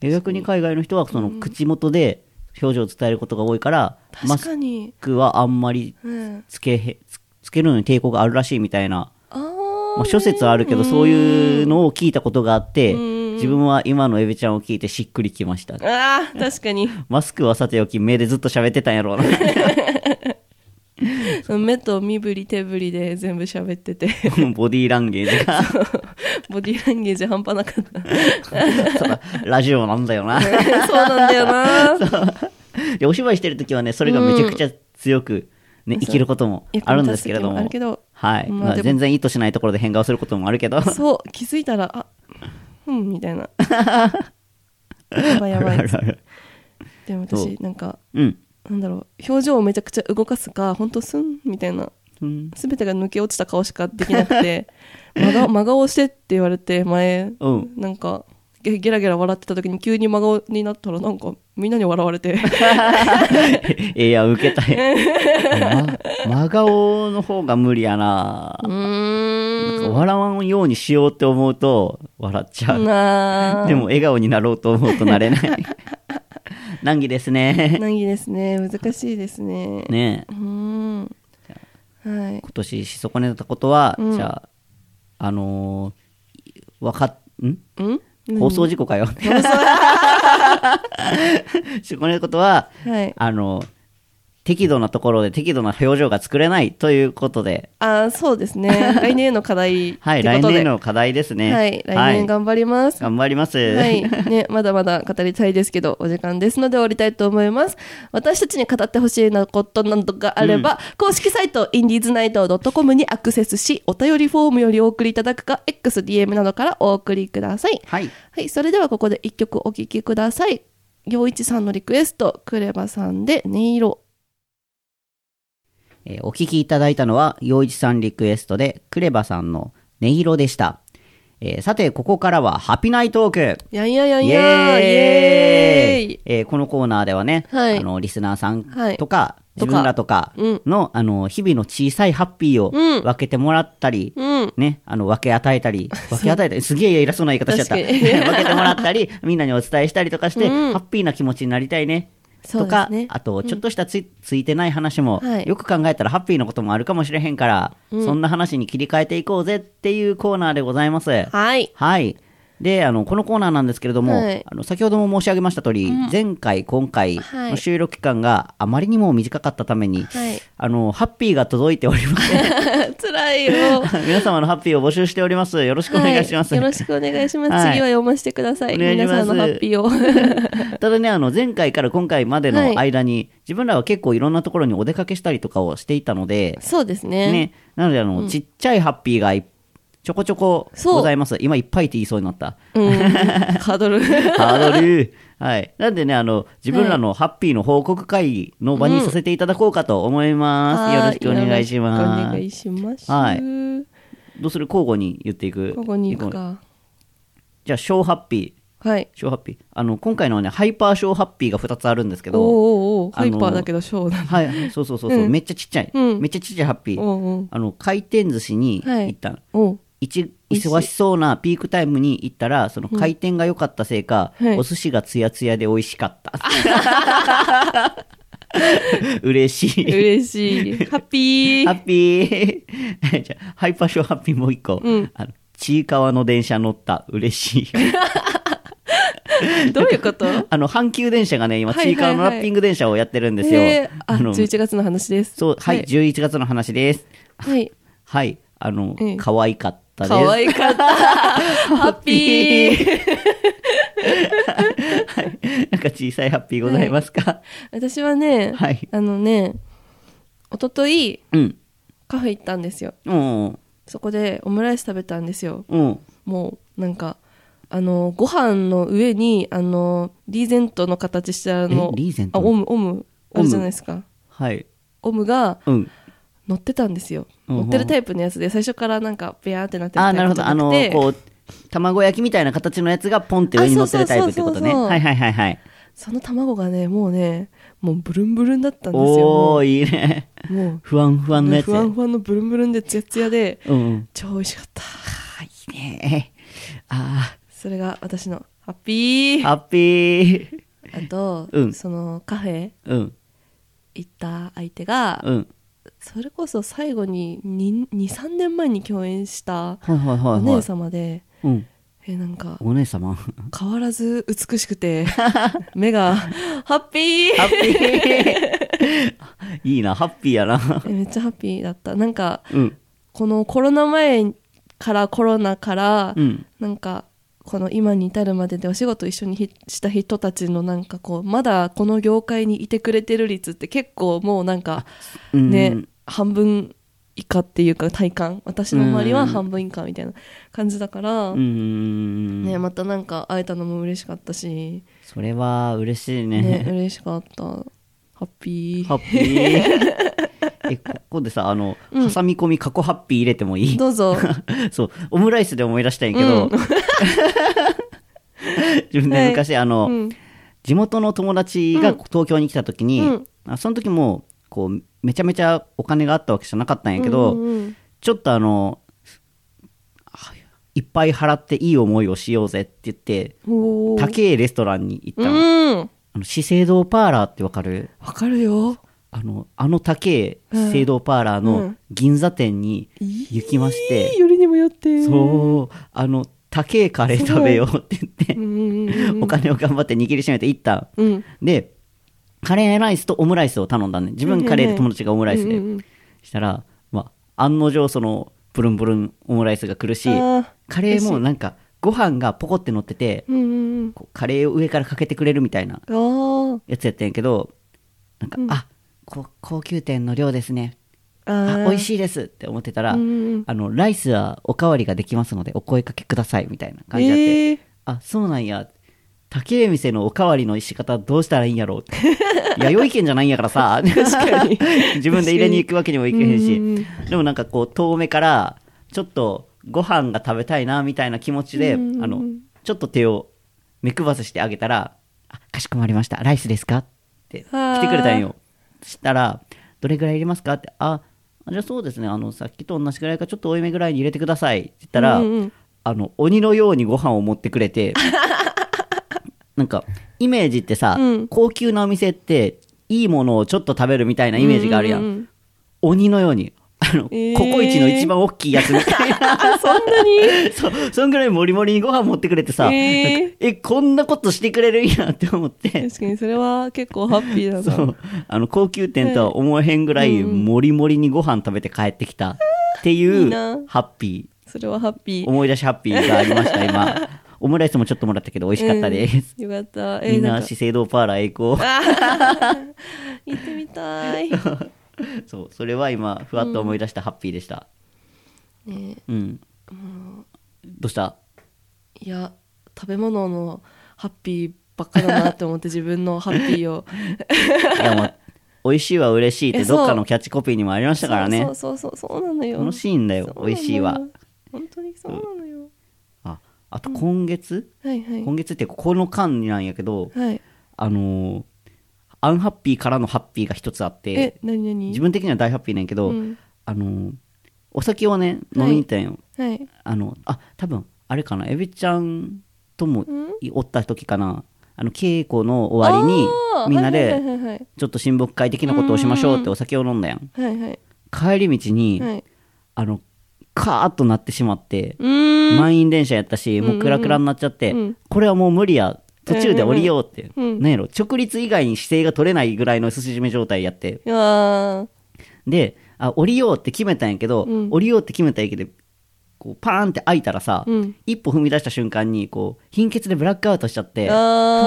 D: で逆に海外の人は、その口元で表情を伝えることが多いから、マ
C: 確
D: ス
C: かに、
D: クはあんまり
C: うん、
D: つけへつつけるのに抵抗があるらしいみたいな、
C: あー、
D: まあ、諸説はあるけどそういうのを聞いたことがあって
C: うん
D: 自分は今のエビちゃんを聞いてしっくりきました
C: あー確かに
D: マスクはさておき目でずっと喋ってたんやろうな
C: 目と身振り手振りで全部喋って て
D: ボディーランゲージが
C: ボディーランゲージ半端なかった
D: そうだラジオなんだよな
C: そうなんだよな
D: でお芝居してる時はねそれがめちゃくちゃ強く、ね、生きることもあるんですけれど
C: あ
D: も
C: るけど
D: はい、
C: まあ
D: まあ
C: でも
D: 全然意図しないところで変顔することもあるけど
C: そう気づいたらあうんみたいなやばいやば
D: あ
C: い
D: るある
C: でも
D: そ
C: 私なんか
D: うん
C: なんだろう表情をめちゃくちゃ動かすかほんとすんみたいな
D: うん
C: 全てが抜け落ちた顔しかできなく て真顔真顔してって言われて前、
D: うん
C: なんかゲゲラゲラ笑ってた時に急に真顔になったらなんかみんなに笑わ れて
D: ええやん受けたい、 ま、真顔の方が無理やな
C: うーん
D: 笑わんようにしようって思うと笑っちゃう
C: なあ
D: でも笑顔になろうと思うとなれない 難儀ですね
C: 難儀ですね難しいですね
D: ね
C: う
D: え
C: ーんはい
D: 今年し損ねたことは、
C: うん
D: じゃああのーわかっん
C: うん
D: 放送事故かよし損ねたことは
C: はい
D: あのー適度なところで適度な表情が作れないということで
C: あそうです ね来年への課題ってことで
D: はい来年の課題ですね
C: はい来年頑張ります、
D: 頑張ります。
C: はい。ね、まだまだ語りたいですけど、お時間ですので終わりたいと思います。私たちに語ってほしいなことなどがあれば、公式サイト、インディーズナイト .com にアクセスし、お便りフォームよりお送りいただくか、XDM などからお送りください。
D: はい。
C: はい、それではここで一曲お聴きください。陽一さんのリクエスト、クレバさんで音色。
D: えーお聞きいただいたのは、洋一さんリクエストで、クレバさんの音色でした。えーさて、ここからは、ハピナイトーク
C: やんやや
D: イ
C: んやイエーイ
D: えーこのコーナーではね、
C: はい
D: あの、リスナーさん
C: はい
D: とか、自分らとか
C: うん
D: の、あの、日々の小さいハッピーを
C: うん
D: 分けてもらったり、
C: うん。
D: ね、あの、分け与えた り、分け与えたり、すげえ偉そうな言い方しちゃった。
C: 確
D: 分
C: かに
D: けてもらったり、みんなにお伝えしたりとかして、
C: うん
D: ハッピーな気持ちになりたいね。
C: そう
D: と
C: で
D: か、
C: すね。
D: あと、ちょっとしたつ,、ついてない話も、
C: はい
D: よく考えたらハッピーなこともあるかもしれへんから、そんな話に切り替えていこうぜっていうコーナーでございます。はい。
C: はい。
D: で、あの、このコーナーなんですけれども、
C: はい
D: あの先ほども申し上げました通り、前回、今回
C: はい
D: の収録期間があまりにも短かったために、
C: はい。
D: あの、ハッピーが届いてお りませ ん。
C: 辛いよ。
D: 皆様のハッピーを募集しております。よろしくお願いします。
C: はい、よろしくお願いします。
D: はい
C: 次は読ませてください。
D: お願いし
C: 皆
D: ます
C: さんのハッピー を。
D: ただね、あの、前回から今回までの間に、自分らは結構いろんなところにお出かけしたりとかをしていたので、
C: そうですね。
D: ね、なのであの、ちっちゃいハッピーがいちょこちょこ
C: そう
D: ございます。今いっぱいって言いそうになった。
C: うん。ハードル。
D: ハードル。 はい。なんでね、あの、自分らのハッピーの報告会の場にさせていただこうかと思います。よろしくお願いし
C: は
D: ま
C: いよろしくお願いしま
D: す。
C: す。
D: はいどうする交互に言っていく
C: ここに行くか
D: じゃあショーハッピー
C: はい
D: ショーハッピーあの今回のはねハイパーショーハッピーが2つあるんですけ
C: おう
D: ど
C: おうおうハイパーだけどショー だ
D: はいそうそうそうそう、めっちゃちっちゃい、
C: うん
D: めっちゃちっちゃいハッピー、
C: おうおう
D: あの回転寿司に行った、
C: おう
D: 一忙しそうなピークタイムに行ったらその回転が良かったせいか、
C: うんはい
D: お寿司がツヤツヤで美味しかった 嬉しい
C: 嬉しいハッピ
D: ハ
C: ー
D: ッピー じゃあハイパーショーハッピーもう一個、あのちいかわの電車乗った嬉しい
C: どういうこと
D: あの阪急電車がね今
C: はい
D: ち
C: はい
D: いかわのラッピング電車をやってるんですよ、
C: へーあ
D: あの
C: 11月の話です
D: そうはい、
C: はい
D: 11月の話です
C: はい
D: はいあの、
C: うん
D: 可愛かったです
C: 可愛かった ハッピー
D: なんか小さいハッピーございますか、
C: 私はね、
D: はい
C: あのね一昨日
D: うん
C: カフェ行ったんですよ
D: うん
C: そこでオムライス食べたんですよ
D: うん
C: もうなんかあのご飯の上にあのリーゼントの形したあの
D: えリーゼント
C: あオムオムあるじゃないですか
D: はい
C: オムが
D: うん
C: 乗ってたんですよ
D: うんう
C: 乗
D: ん
C: ってるタイプのやつで最初からなんかベアーってなってタ
D: あー
C: イプ
D: なるほ
C: じ
D: ど
C: ゃ
D: あの
C: くて
D: こう卵焼きみたいな形のやつがポンって上に乗ってるタイプってこと
C: あ
D: ね
C: そうそうそうそう
D: はいはいはいはい
C: その卵がねもうねもうブルンブルンだったんですよも
D: おおいいね
C: うも
D: 不安不
C: う
D: 安のやつ
C: ふわんふわんのブルンブルンでツヤツヤで
D: うんうん
C: 超美味しかった
D: あーいいねあ
C: それが私のハッピ
D: ー
C: ー
D: ハッピー
C: あと、
D: うん
C: そのカフェ
D: うん
C: 行った相手が、
D: うん
C: それこそ最後に23年前に共演した
D: はいはいは
C: お
D: いは
C: 姉
D: い
C: 様で、
D: うん
C: えなんか
D: お姉様ハ
C: 変わらず美しく て目がハッピー
D: ッピー いいなハッピーやな
C: えめっちゃハッピーだったなんか
D: うん
C: このコロナ前からコロナから、
D: うん
C: なんかこの今に至るまででお仕事一緒にひした人たちのなんかこうまだこの業界にいてくれてる率って結構もうなんか
D: うん
C: ね、半分以下っていうか体感私の周りは半分以下みたいな感じだから、
D: うーん
C: ね、またなんか会えたのも嬉しかったし、
D: それは嬉しい
C: ね、
D: ね。
C: 嬉しかったハッピー
D: ハッピー。え、ここでさ、あの、挟み込み過去ハッピー入れてもいい
C: どうぞ
D: そう、オムライスで思い出したいんやけ
C: う
D: ど、
C: ん
D: 自分で昔、あの、
C: うん
D: 地元の友達が東京に来た時に、
C: うん
D: あその時も、こう、めちゃめちゃお金があったわけじゃなかったんやけど、
C: うんうんうん
D: ちょっとあの、いっぱい払っていい思いをしようぜって言って、
C: おー
D: 高いレストランに行ったの。
C: うん
D: あの資生堂パーラーってわかる
C: わかるよ
D: あの、あの高い資生堂パーラー
C: う
D: の
C: ん
D: 銀座店に行きまし
C: いい
D: て、
C: よりにもよって
D: そう、あの、高いカレー食べようって
C: う
D: 言
C: んうんうん
D: って、お金を頑張って握りしめて行った。
C: うん
D: で、カレーライスとオムライスを頼んだね。自分カレーで友達がオムライス
C: う
D: で
C: んうんうん。
D: したら、まあ、案の定その、ブルンブルンオムライスが来るし
C: あー、
D: カレーもなんか、ご飯がポコって乗ってて、
C: うんうん
D: こうカレーを上からかけてくれるみたいな。
C: うんあー
D: やつやったんやけどなんか、あこ高級店の量ですね
C: あ
D: あ
C: ー
D: 美味しいですって思ってたら、
C: うんうん
D: あのライスはおかわりができますのでお声かけくださいみたいな感じやって、
C: えー
D: あそうなんや高え店のおかわりの仕方どうしたらいいんやろうって弥生県じゃないんやからさ
C: 確か に
D: 自分で入れに行くわけにもいけへんし、
C: うんうん
D: でもなんかこう遠目からちょっとご飯が食べたいなみたいな気持ちで、
C: うんうんうん
D: あのちょっと手を目くばせしてあげたら「あかしこまりましたライスですか?」って来てくれたんよしたら「どれぐらい入れますか?」って「あじゃあそうですねあのさっきと同じぐらいかちょっと多いめぐらいに入れてください」って言ったら、
C: うんうん
D: あの鬼のようにご飯を持ってくれてなんかイメージってさ、
C: うん
D: 高級なお店っていいものをちょっと食べるみたいなイメージがあるやん,、
C: ううう
D: 鬼のようにあの、
C: えー
D: ココイチの一番大きいやつみたいな
C: あそんな に
D: そうそんぐらいもりもりにご飯持ってくれて
C: え
D: さ、
C: ー
D: なんかえこんなことしてくれるんやって思 って
C: 確かにそれは結構ハッピーだな
D: そうあの高級店とは思えへんぐらいもりもりにご飯食べて帰ってきたって
C: いい
D: いう
C: な
D: ハッピ
C: それはハッピ
D: ー
C: ー
D: 思い出しハッピーがありました今オムライスもちょっともらったけど美味しかったです、
C: うんよかったえ
D: み
C: ー
D: ん
C: な
D: なん
C: か
D: 資生堂パーラー栄光
C: 行ってみたい
D: そうそれは今ふわっと思い出したハッピーでした
C: ね
D: うん、どうした
C: いや食べ物のハッピーばっかだなって思って自分のハッピーを
D: いやもう美味しいは嬉しいって
C: えそう
D: どっかのキャッチコピーにもありましたからね
C: そうそうそうそうなのよ
D: 楽しいんだよ
C: そうなの
D: 美味しいは
C: 本当にそうなのよ、
D: ああと今月、
C: はいはい
D: 今月ってこの間なんやけど、
C: はい
D: あのーアンハッピーからのハッピーが一つあっ
C: え
D: て
C: 何何
D: 自分的には大ハッピーなんやけど、
C: うん
D: あのーお酒をね飲みに行ったんよ、
C: はい
D: あのあ多分あれかなエビちゃんともいおった時かなあの稽古の終わりに
C: あー
D: みんな
C: はい
D: で
C: はいはいはい
D: ちょっと親睦会的なことをしましょうってお酒を飲んだやん
C: はいはい
D: 帰り道に、
C: はい
D: あのカーッとなってしまって、
C: うーん
D: 満員電車やったしもうクラクラになっちゃって、これはもう無理や途中で降りようって、なんやろ直立以外に姿勢が取れないぐらいのすし締め状態やって
C: いやー
D: であ降りようって決めたんやけど、降りようって決めたんやけどこうパーンって開いたらさ、
C: うん
D: 一歩踏み出した瞬間にこう貧血でブラックアウトしちゃって
C: あ
D: ふ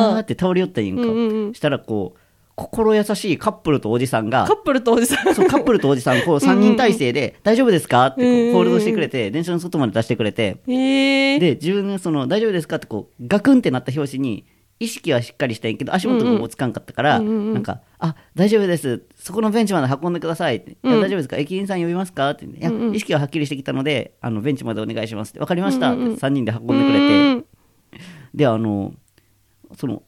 C: ー
D: わーって倒れよったんやんか、
C: うんうんうん
D: したらこう心優しいカップルとおじさんが
C: カップルとおじさん
D: そうカップルとおじさんこう3人体制で「大丈夫ですか?」って
C: うんうんう
D: こ
C: ん
D: うホールドしてくれて電車の外まで出してくれて
C: えー、
D: で自分がその「大丈夫ですか?」ってこうガクンってなった拍子に意識はしっかりしたんやけど足元がもうつかんかったからなんか「あ大丈夫ですそこのベンチまで運んでください」って「いや大丈夫ですか駅員さん呼びますか?」って言って「いや意識ははっきりしてきたのであのベンチまでお願いします」って「分かりました」って3人で運んでくれ
C: う
D: て。
C: ん
D: であのその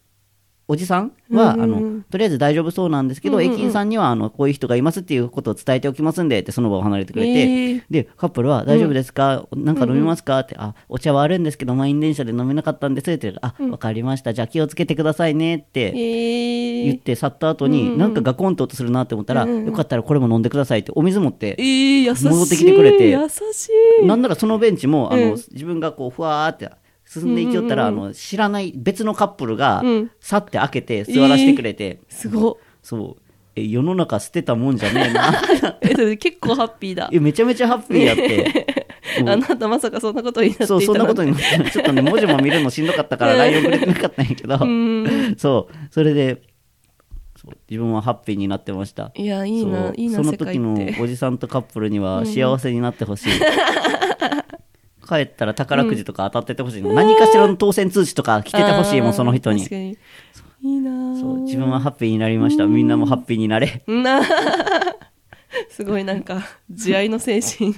D: おじさんは、あのとりあえず大丈夫そうなんですけど、駅員さんにはあのこういう人がいますっていうことを伝えておきますんでってその場を離れてくれて、
C: えー
D: でカップルは「大丈夫ですか、なんか飲みますか?」って「あお茶はあるんですけど満員電車で飲めなかったんです」って言うから「あわかりましたじゃあ気をつけてくださいね」って
C: え
D: 言っ
C: ー、
D: て去った後に、なんかガコンと音するなって思ったら、よかったらこれも飲んでくださいってお水持って
C: えー、優しい
D: 戻ってきてくれて
C: 優しい
D: なんならそのベンチもあの、
C: うん
D: 自分がこうふわーって進んでいきよったら、あの知らない別のカップルが、
C: うん
D: 去って開けて座らせてくれて、
C: すごっ
D: そうえ世の中捨てたもんじゃねえな
C: えだって結構ハッピー だ
D: えめちゃめちゃハッピーやって。うん
C: あなたまさかそんなことになっていた
D: そうそんなこと
C: に
D: にちょっとね文字も見るのしんどかった から LINE 送れてなかったんやけど、そうそれでそう自分はハッピーになってました
C: いやいい
D: そ
C: な
D: う
C: いいな
D: その
C: 世界
D: 時
C: っ
D: の
C: て
D: おじさんとカップルには幸せになってほしい、 帰ったら宝くじとか当たっててほしいの、何かしらの当選通知とか来ててほしいも
C: あ
D: ん
C: ー
D: その人に
C: 確かにいいな
D: そう自分はハッピーになりましたみんなもハッピーになれ
C: な すごいなんか慈愛の精神
D: い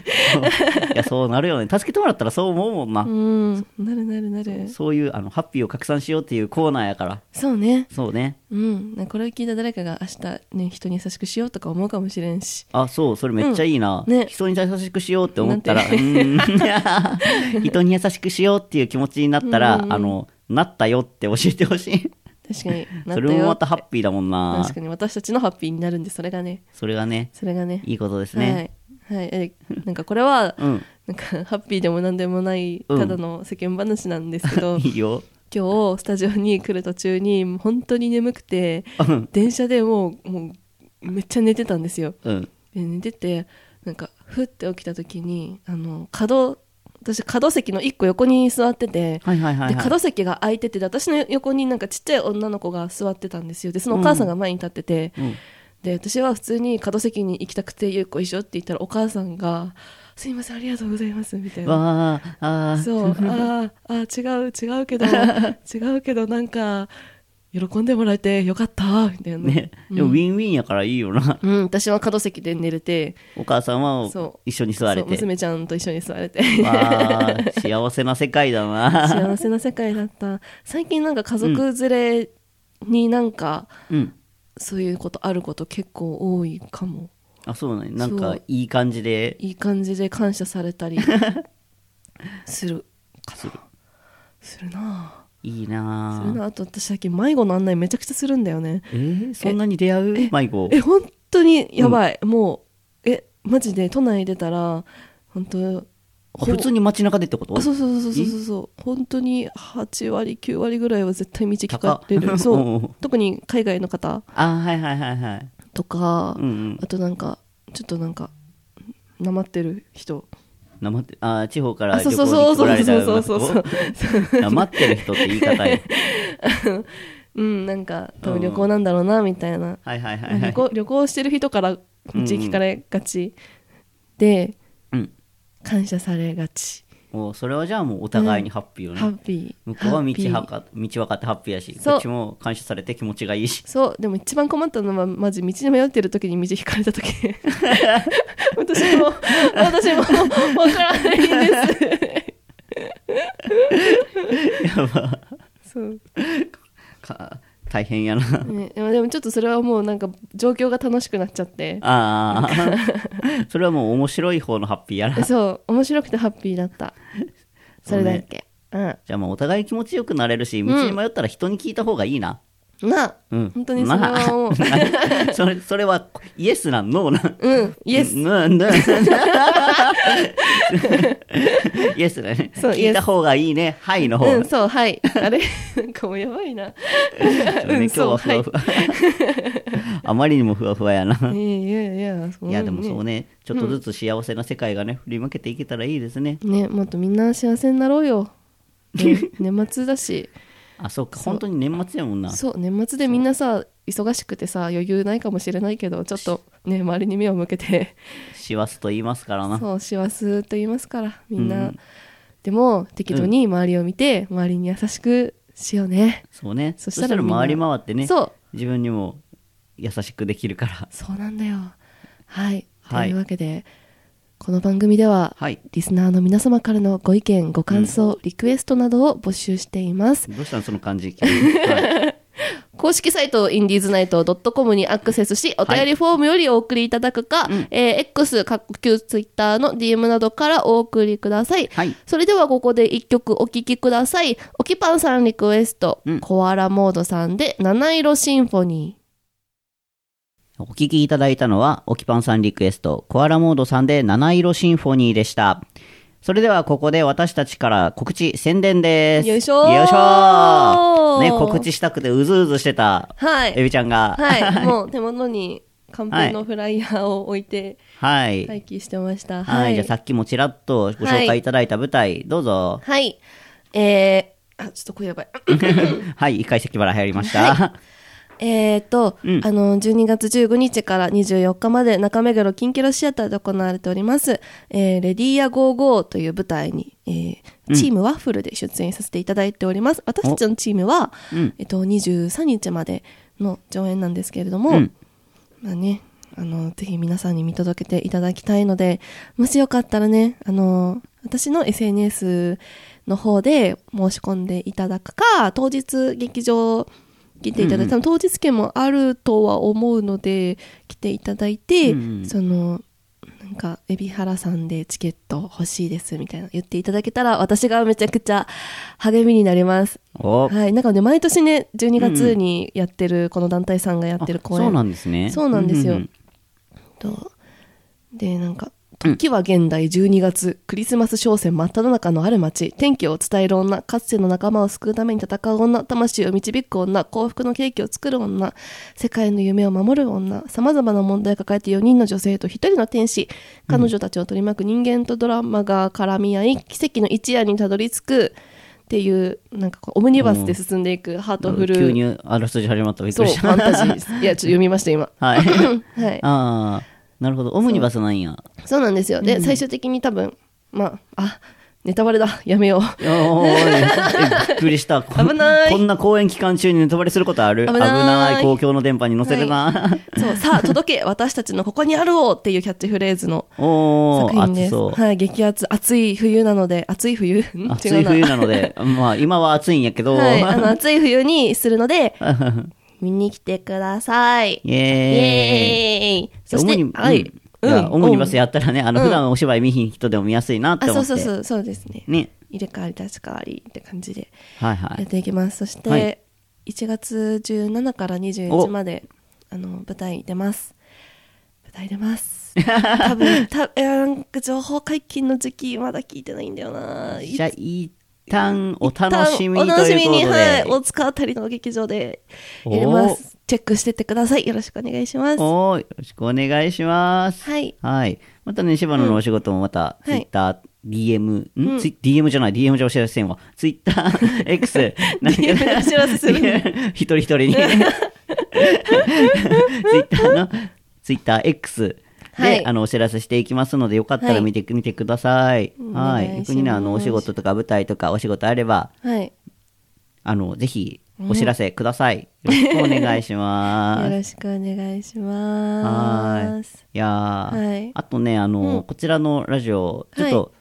D: やそうなるよね助けてもらったらそう思うもんな、
C: うんなるなるなる
D: そういうあのハッピーを拡散しようっていうコーナーやから
C: そうね
D: そうね
C: うんなんかこれを聞いた誰かが明日ね人に優しくしようとか思うかもしれんし
D: あそうそれめっちゃいいな、
C: うんね
D: 人に優しくしようって思ったらう
C: なんて
D: ーん 人に優しくしようっていう気持ちになったら、あのなったよって教えてほし い
C: 確かにな った
D: それもま
C: よ
D: たハッピーだもんな
C: 確かに私たちのハッピーになるんでそれがね
D: それがね
C: それがね
D: いいことですね、
C: はい、はい、えなんかこれは、
D: うん
C: なんかハッピーでもなんでもない
D: うん
C: ただの世間話なんですけ ど、
D: いいよ
C: 今日スタジオに来る途中にもう本当に眠くて
D: うん
C: 電車でもうもうめっちゃ寝てたんですよ
D: うん
C: で寝ててなんかふって起きた時にあの角私角席の一個横に座ってて、
D: はいはいはい
C: で
D: はい
C: 角席が空いててで私の横になんかちっちゃい女の子が座ってたんですよでそのお母さんが前に立ってて、
D: うん
C: で私は普通に角席に行きたくて「ゆうこ一緒」って言ったらお母さんが「すいませんありがとうございます」みたいな。
D: わああー
C: そうあーあー違う違う けど違うけどなんか喜んでもらえてよかったみたいな、
D: ねでもウィンウィンやからいいよな、
C: うん、私は角席で寝れて
D: お母さんは
C: そう
D: 一緒に座れ
C: そう
D: て
C: 娘ちゃんと一緒に座れて
D: わあ幸せな世界だな
C: 幸せな世界だった最近なんか家族連れになんか、
D: うん
C: そういうことあること結構多いかも
D: あそうねなん
C: そ
D: か
C: う
D: いい感じで
C: いい感じで感謝され たりするかなするない
D: い
C: あ
D: な
C: す
D: あ
C: るなあと私最近迷子の案内めちゃくちゃするんだよね
D: えーそんなに出会う迷子
C: え本当にやばい、もうえマジで都内出たら本当
D: あ普通に街中でってこと
C: あそうそうそうそうそうそう本当に8割9割ぐらいは絶対道聞かれ
D: 高っ
C: る
D: うんうん
C: そう特に海外の方
D: あはいはいはいはい
C: とか、
D: うんうん
C: あとなんかちょっとなんかなまってる人
D: なまってあー地方から
C: あ
D: 旅
C: そう
D: 行
C: そうそ
D: に
C: う
D: 来
C: そ
D: られ
C: うそ
D: たよ
C: う
D: うな
C: そう
D: 人
C: そうそう
D: なまってる人って言い方や
C: うんなんか多分旅行なんだろうなみたい な、
D: はいはいはいは
C: 旅
D: い
C: 行旅行してる人から道聞かれがち、で
D: うん
C: 感謝されがち
D: もうそれはじゃあもうお互いにハッピーよね、
C: ハッピー
D: 向こうは
C: ハッピ
D: 道
C: ー
D: はか道分かってハッピーやし
C: そう
D: こっちも感謝されて気持ちがいいし
C: そうでも一番困ったのはまず道に迷ってる時に道引か れた時私も私も分からないんです
D: やば
C: そう、
D: か大変やな
C: ね、でもでもちょっとそれはもうなんか状況が楽しくなっちゃって
D: ああ それはもう面白い方のハッピーやなじ
C: そう面白くてハッピーだったそれだけうん
D: ゃあまあお互い気持ちよくなれるし道に迷ったら人に聞いた方がいいな、
C: なあ、
D: うん、
C: 本当にそれは思う、
D: まあ それそれはイエスなんノーなん
C: うんイ エス
D: うんうんイエスだね
C: そう
D: 聞いた方がいいねはいの方、
C: うんそうはいあれなんかもうやばいな
D: ちょっとね
C: うん
D: 今日はふわふわ、 あまりにもふわふわやな、
C: いやいやいやそん
D: い
C: な
D: や
C: の
D: でもそう
C: ね
D: ねちょっとずつ幸せな世界がね振り向けていけたらいいですね、
C: ねもっとみんな幸せになろうよ、 ね年末だし
D: あそうか本当に年末やもんな
C: そう年末でみんなさ忙しくてさ余裕ないかもしれないけどちょっとね周りに目を向けて
D: 師走と言いますからな
C: そう幸せと言いますからみんな、
D: うん
C: でも適度に周りを見て、周りに優しくしようね
D: そうね
C: そ
D: そ
C: し
D: したた
C: ら
D: ら
C: みんな
D: 回り回ってね
C: そう
D: 自分にも優しくできるから
C: そうなんだよはい、
D: はい
C: というわけでこの番組で は、
D: はい
C: リスナーの皆様からのご意見ご感想、リクエストなどを募集しています
D: どうしたのその感じ急に はい
C: 公式サイト、インディーズナイト .com にアクセスし、お便りフォームよりお送りいただくか、えー X、各旧ツイッターの DM などからお送りください。
D: はい
C: それではここで一曲お聴きください。おきぱんさんリクエスト、
D: うん
C: コアラモードさんで七色シンフォニ
D: お聞きいただいたのはオキパンさんリクエストコアラモードさんで七色シンフォニーでしたそれではここで私たちから告知宣伝です
C: よいしょー
D: よいしょーね告知したくてうずうずしてた
C: ー。は
D: エ
C: い。
D: ビちゃんが
C: はい。もう手元に完封のフライヤーを置いて
D: はい
C: 待機してました。
D: はい、
C: はい。
D: じゃあさっきもちらっとご紹介いただいた舞台、ど うぞ。
C: はい。えー、あ、ちょっとこれやばい。
D: はい、一回席払い入りました。
C: えーと、あの、12月15日から24日まで中目黒キンキロシアターで行われております、えーレディーやゴーゴーという舞台に、えーチームワッフルで出演させていただいております。私たちのチームは、
D: うん
C: えっと、23日までの上演なんですけれども、
D: うん
C: まあね、あの、ぜひ皆さんに見届けていただきたいので、もしよかったらね、あの、私の SNS の方で申し込んでいただくか、当日劇場来ていただいて、多分当日券もあるとは思うので、来ていただいて、
D: うんうん
C: その、なんか、海老原さんでチケット欲しいですみたいな言っていただけたら、私がめちゃくちゃ励みになります。
D: お、
C: はい、なんかね、毎年ね、12月にやってる、この団体さんがやってる公演、
D: そうなんですね。
C: そうなんですよ
D: うん
C: とでなんか時は現代12月、クリスマス商戦真っ只中のある町天気を伝える女かつての仲間を救うために戦う女魂を導く女幸福のケーキを作る女世界の夢を守る女さまざまな問題を抱えて4人の女性と1人の天使彼女たちを取り巻く人間とドラマが絡み合い奇跡の一夜にたどり着くっていうなんかこうオムニバスで進んでいくハートフル
D: 急にあらすじ始まったびっく
C: そう
D: り
C: フ
D: した。
C: ァンタジーですいやちょっと読みました今
D: はい。
C: はい
D: ああ、なるほど。オムニバスなんや。
C: そうなんですよ。で、最終的に多分、まあ、あ、ネタバレだ、やめよう。
D: おーおーびっくり した。こん
C: 危ない
D: こんな公演期間中にネタバレすることある
C: 危ない
D: い公共の電波に乗せるな。
C: そう、さあ、届け、私たちのここにあるをっていうキャッチフレーズの
D: お
C: 作
D: ー、
C: 品
D: 暑
C: です。
D: そう。
C: はい、激アツ、暑い冬なので、暑い冬ん
D: 暑
C: 違う
D: い冬なので、まあ今は暑いんやけど。
C: はい、 あの、暑い冬にするので、見に来てください。イ
D: イエーイ。
C: エーイそして
D: オムニ、
C: は
D: う
C: い
D: ん。いやオムニバス
C: や
D: やったらね、あの、普段お芝居見ひん人でも見やすいなっ
C: あ、
D: て
C: そ
D: 思
C: う
D: っ
C: そ
D: て。
C: うそう、そうですね。
D: ね。
C: 入れ替わり、立ち替わりって感じで。
D: はいは
C: やっ
D: い。
C: ていきます、そして、
D: はい
C: 1月17から21
D: お
C: まであの舞台出ます舞台出ます 多分たいやなんか情報解禁の時期まだ聞いてないんだよな
D: じゃあ、一旦お楽しみ
C: 一旦
D: にと
C: お楽し
D: い
C: み
D: う
C: に
D: こと
C: はい
D: で。
C: 大塚あたりの劇場でやりますチェックしてってくださいよろしくお願いしますは
D: おーよろしくお願いします。
C: い
D: はい。またね、柴野のお仕事もまた、
C: うん
D: ツ
C: は
D: イ
C: い
D: ッター、DM、んツイ ?DM じゃない、DM じゃお知らせせんわ。ツイ ッター、X、何
C: DM でお知らせするの
D: 一人一 人に。ツイッターの、ツイッター X で、
C: はい
D: あの、お知らせしていきますので、よかった
C: は
D: ら
C: い
D: 見て、見てください。
C: お
D: は
C: 願いし
D: い。
C: ます
D: 逆にね、あの、お仕事とか舞台とかお仕事あれば、
C: はい
D: あの、ぜひ、お知らせください。よろしくお願いしま
C: よ
D: す。
C: ろしくお願いしま
D: は
C: す
D: い。いやー、
C: はい
D: あとね、あの、
C: うん
D: こちらのラジオ、ちょっ
C: は
D: と、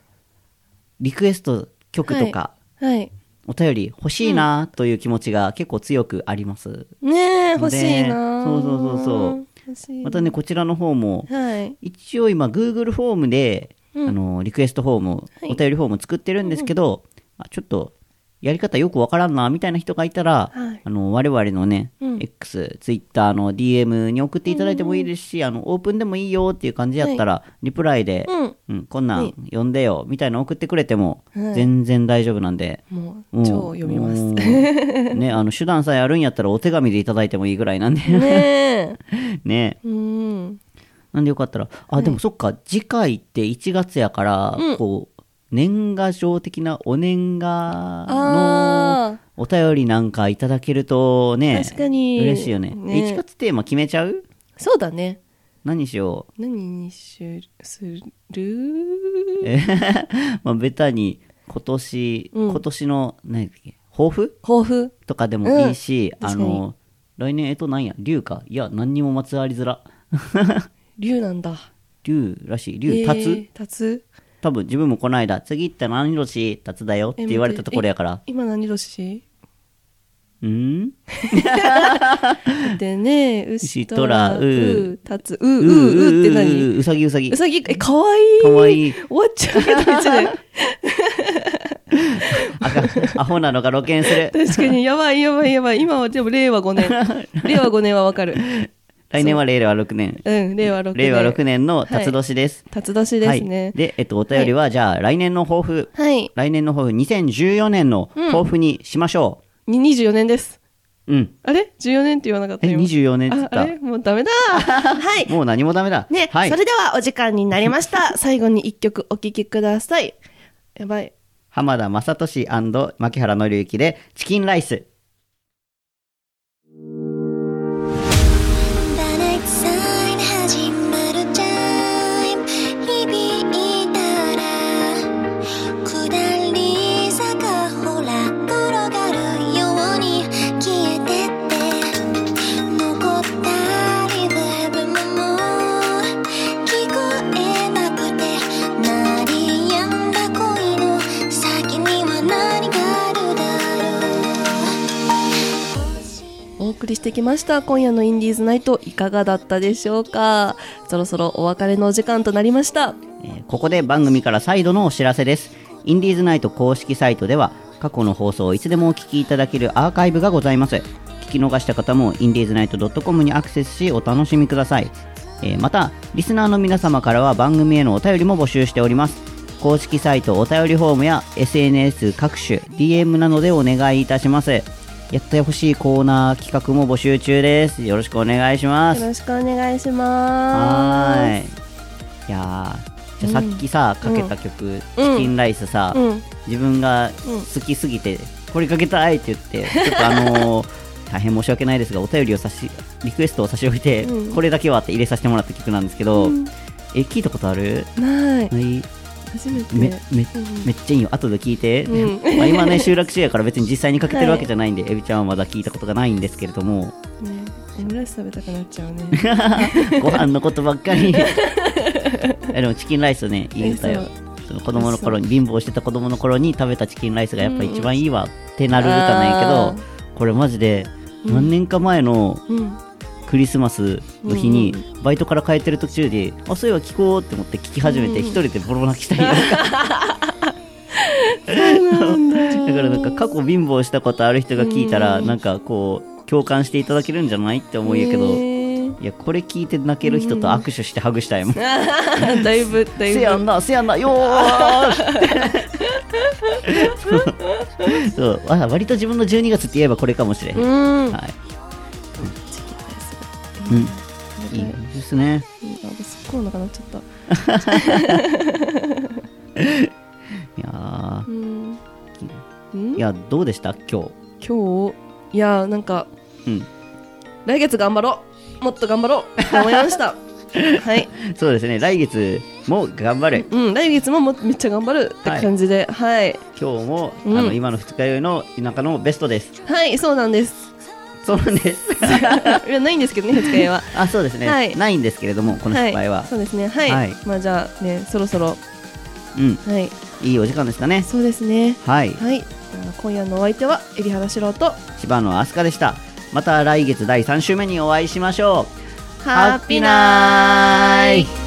D: リクエスト曲とか、
C: はい
D: お便り欲しいなという気持ちが結構強くあります。
C: ねえ欲しいな
D: そうそうそうそう
C: 欲しい
D: またね、こちらの方も、
C: はい
D: 一応今 Google フォームで、
C: うん
D: あのリクエストフォーム、
C: はい
D: お便りフォーム作ってるんですけど、あちょっとやり方よくわからんなみたいな人がいたら、
C: はい
D: あの我々のね、
C: うん
D: X、Twitter の DM に送っていただいてもいいですし、あのオープンでもいいよっていう感じやったら、リプライで、
C: うん
D: うんこんな
C: は
D: ん
C: い
D: 読んでよみたいなの送ってくれても、
C: はい
D: 全然大丈夫なんで。
C: も
D: う
C: うん超読みます
D: うん
C: ね
D: ね、あの手段さえあるんやったらお手紙でいただいてもいいぐらいなんで
C: え
D: ね
C: うん
D: なんでよかったら、あ、でもそっか、次回って1月やから、
C: うん
D: こう、年賀状的なお年賀の
C: あ
D: お便りなんかいただけるとね、
C: 確かに
D: 嬉しいよね。
C: ね
D: 1月テーマ決めちゃう
C: ーそうだね
D: 何しよ
C: 何にしする
D: う。えーまあ、ベタに今年、
C: うん
D: 今年の、何だっけ、抱負
C: 抱負
D: とかでもいいし、
C: うん
D: あ
C: 確かに
D: の、来年、えっと、なんや、竜か。いや、何にもまつわりづら。
C: 龍なんだ
D: 竜らしい。竜、立つ、
C: えー立つ
D: 多分自分もこの間次って何年経つだよって言われたところやから
C: 今何年
D: うん
C: でねうしとら
D: うしとらう
C: う立つう
D: う
C: うううって何
D: ううさぎうさぎ
C: うさぎえかわいい
D: かわいい
C: 終わっちゃうけど一年
D: あかんアホなのが露見する
C: 確かにやばいやばいやばい今はでも令和5年 令和5年はわかる
D: 来年は令和6年
C: うん令和6年
D: 令和6年の辰年です、
C: 辰年ですね
D: はい、で、えっと、お便りは、じゃあ来年の抱負
C: はい、
D: 来年の抱負2014年の抱負にしましょ
C: に24年です
D: ううん
C: あれ14年って言わなかった
D: え
C: 今
D: 24年っつっ
C: ああ
D: た
C: れもうダ メだはい
D: もう何もダメだ
C: ね、
D: はい
C: それではお時間になりま した。最後に一曲お聴きください。やばい。
D: 浜田雅俊牧原紀之でチキンライス
B: バレンタイン始まるタイム響いたら下り坂ほら転がるように消えてって残ったリズムも聞こえなくて鳴りやんだ恋の先には何があるだろう
C: お送りしてきました。今夜のインディーズナイトいかがだったでしょうかそろそろお別れのお時間となりました。
D: えーここで番組から再度のお知らせです。インディーズナイト公式サイトでは過去の放送をいつでもお聞きいただけるアーカイブがございます。聞き逃した方もインディーズナイト .com にアクセスしお楽しみください。えーまた、リスナーの皆様からは番組へのお便りも募集しております。公式サイトお便りフォームや SNS 各種 DM などでお願いいたします。やってほしいコーナー企画も募集中です。よろしくお願いします。
C: よろしくお願いします。
D: はーい。いやーじゃあさっきさ、かけた曲、
C: うん
D: チキンライスさ、
C: うん。
D: 自分が
C: うん
D: 好きすぎて、これかけたいって言 って、ちょっとあのー大変申し訳ないですが、お便りを差し、リクエストを差し置いて、
C: うん
D: これだけはって入れさせてもらった曲なんですけど、
C: うん
D: え、聞いたことある
C: ない。
D: ない
C: 初めて。
D: め、め、
C: うん
D: めっちゃいいよ。後で聞いて。
C: うん
D: まあ今ね、集落中やから別に実際にかけてるわけじゃないんで、エビちゃんはまだ聞いたことがないんですけれども、
C: ね、オムライス食べたくなっちゃ うね。
D: ご飯のことばっかり えでもチキンライスねいい歌よ
C: え
D: その子供の頃に貧乏してた子供の頃に食べたチキンライスがやっぱ一番いいわってなる歌なんやけどこれマジで
C: うん
D: 何年か前の
C: うん。
D: クリスマスの日に
C: うん
D: バイトから帰ってる途中であそういえば聞こうって思って聞き始め
C: うん
D: て一人でボロ泣きしたりなんかだからなんか過去貧乏したことある人が聞いたら
C: うん
D: なんかこう共感していただけるんじゃないって思うんやけど
C: へー
D: いやこれ聞いて泣ける人と握手してハグしたいもん
C: だいぶ、だいぶ。
D: せやんな、せやんな、よーしそうそうあ割と自分の12月って言えばこれかもしれん。
C: う
D: は
C: ん。
D: い。うん。いいですね。
C: あすっごいお腹なっちゃった。
D: いや
C: うん。
D: ーいや、どうでした今
C: 今日いやなんか
D: 日。うん。
C: 来月頑張ろうもっと頑張ろうって思いましたはい、
D: そうですね、来月も頑張れ。
C: うん、来月ももめっちゃ頑張るって感じではい
D: 今日も、
C: うん
D: あの今の二日酔いの田舎のベストです。
C: はい、そうなんです
D: そうなんです。
C: いやないんですけどね二日酔いは
D: あ、そうですね、
C: はい
D: ないんですけれども、この失敗は。
C: い、そうですねはい、
D: はい
C: まあじゃあねそろそろ
D: うん、
C: はい
D: いいお時間ですかね。
C: そうですね
D: はい。
C: はい今夜のお相手は海老原四郎と
D: 千葉のアスカでしたまた来月第3週目にお会いしましょう
C: ハッピーナイ
D: ト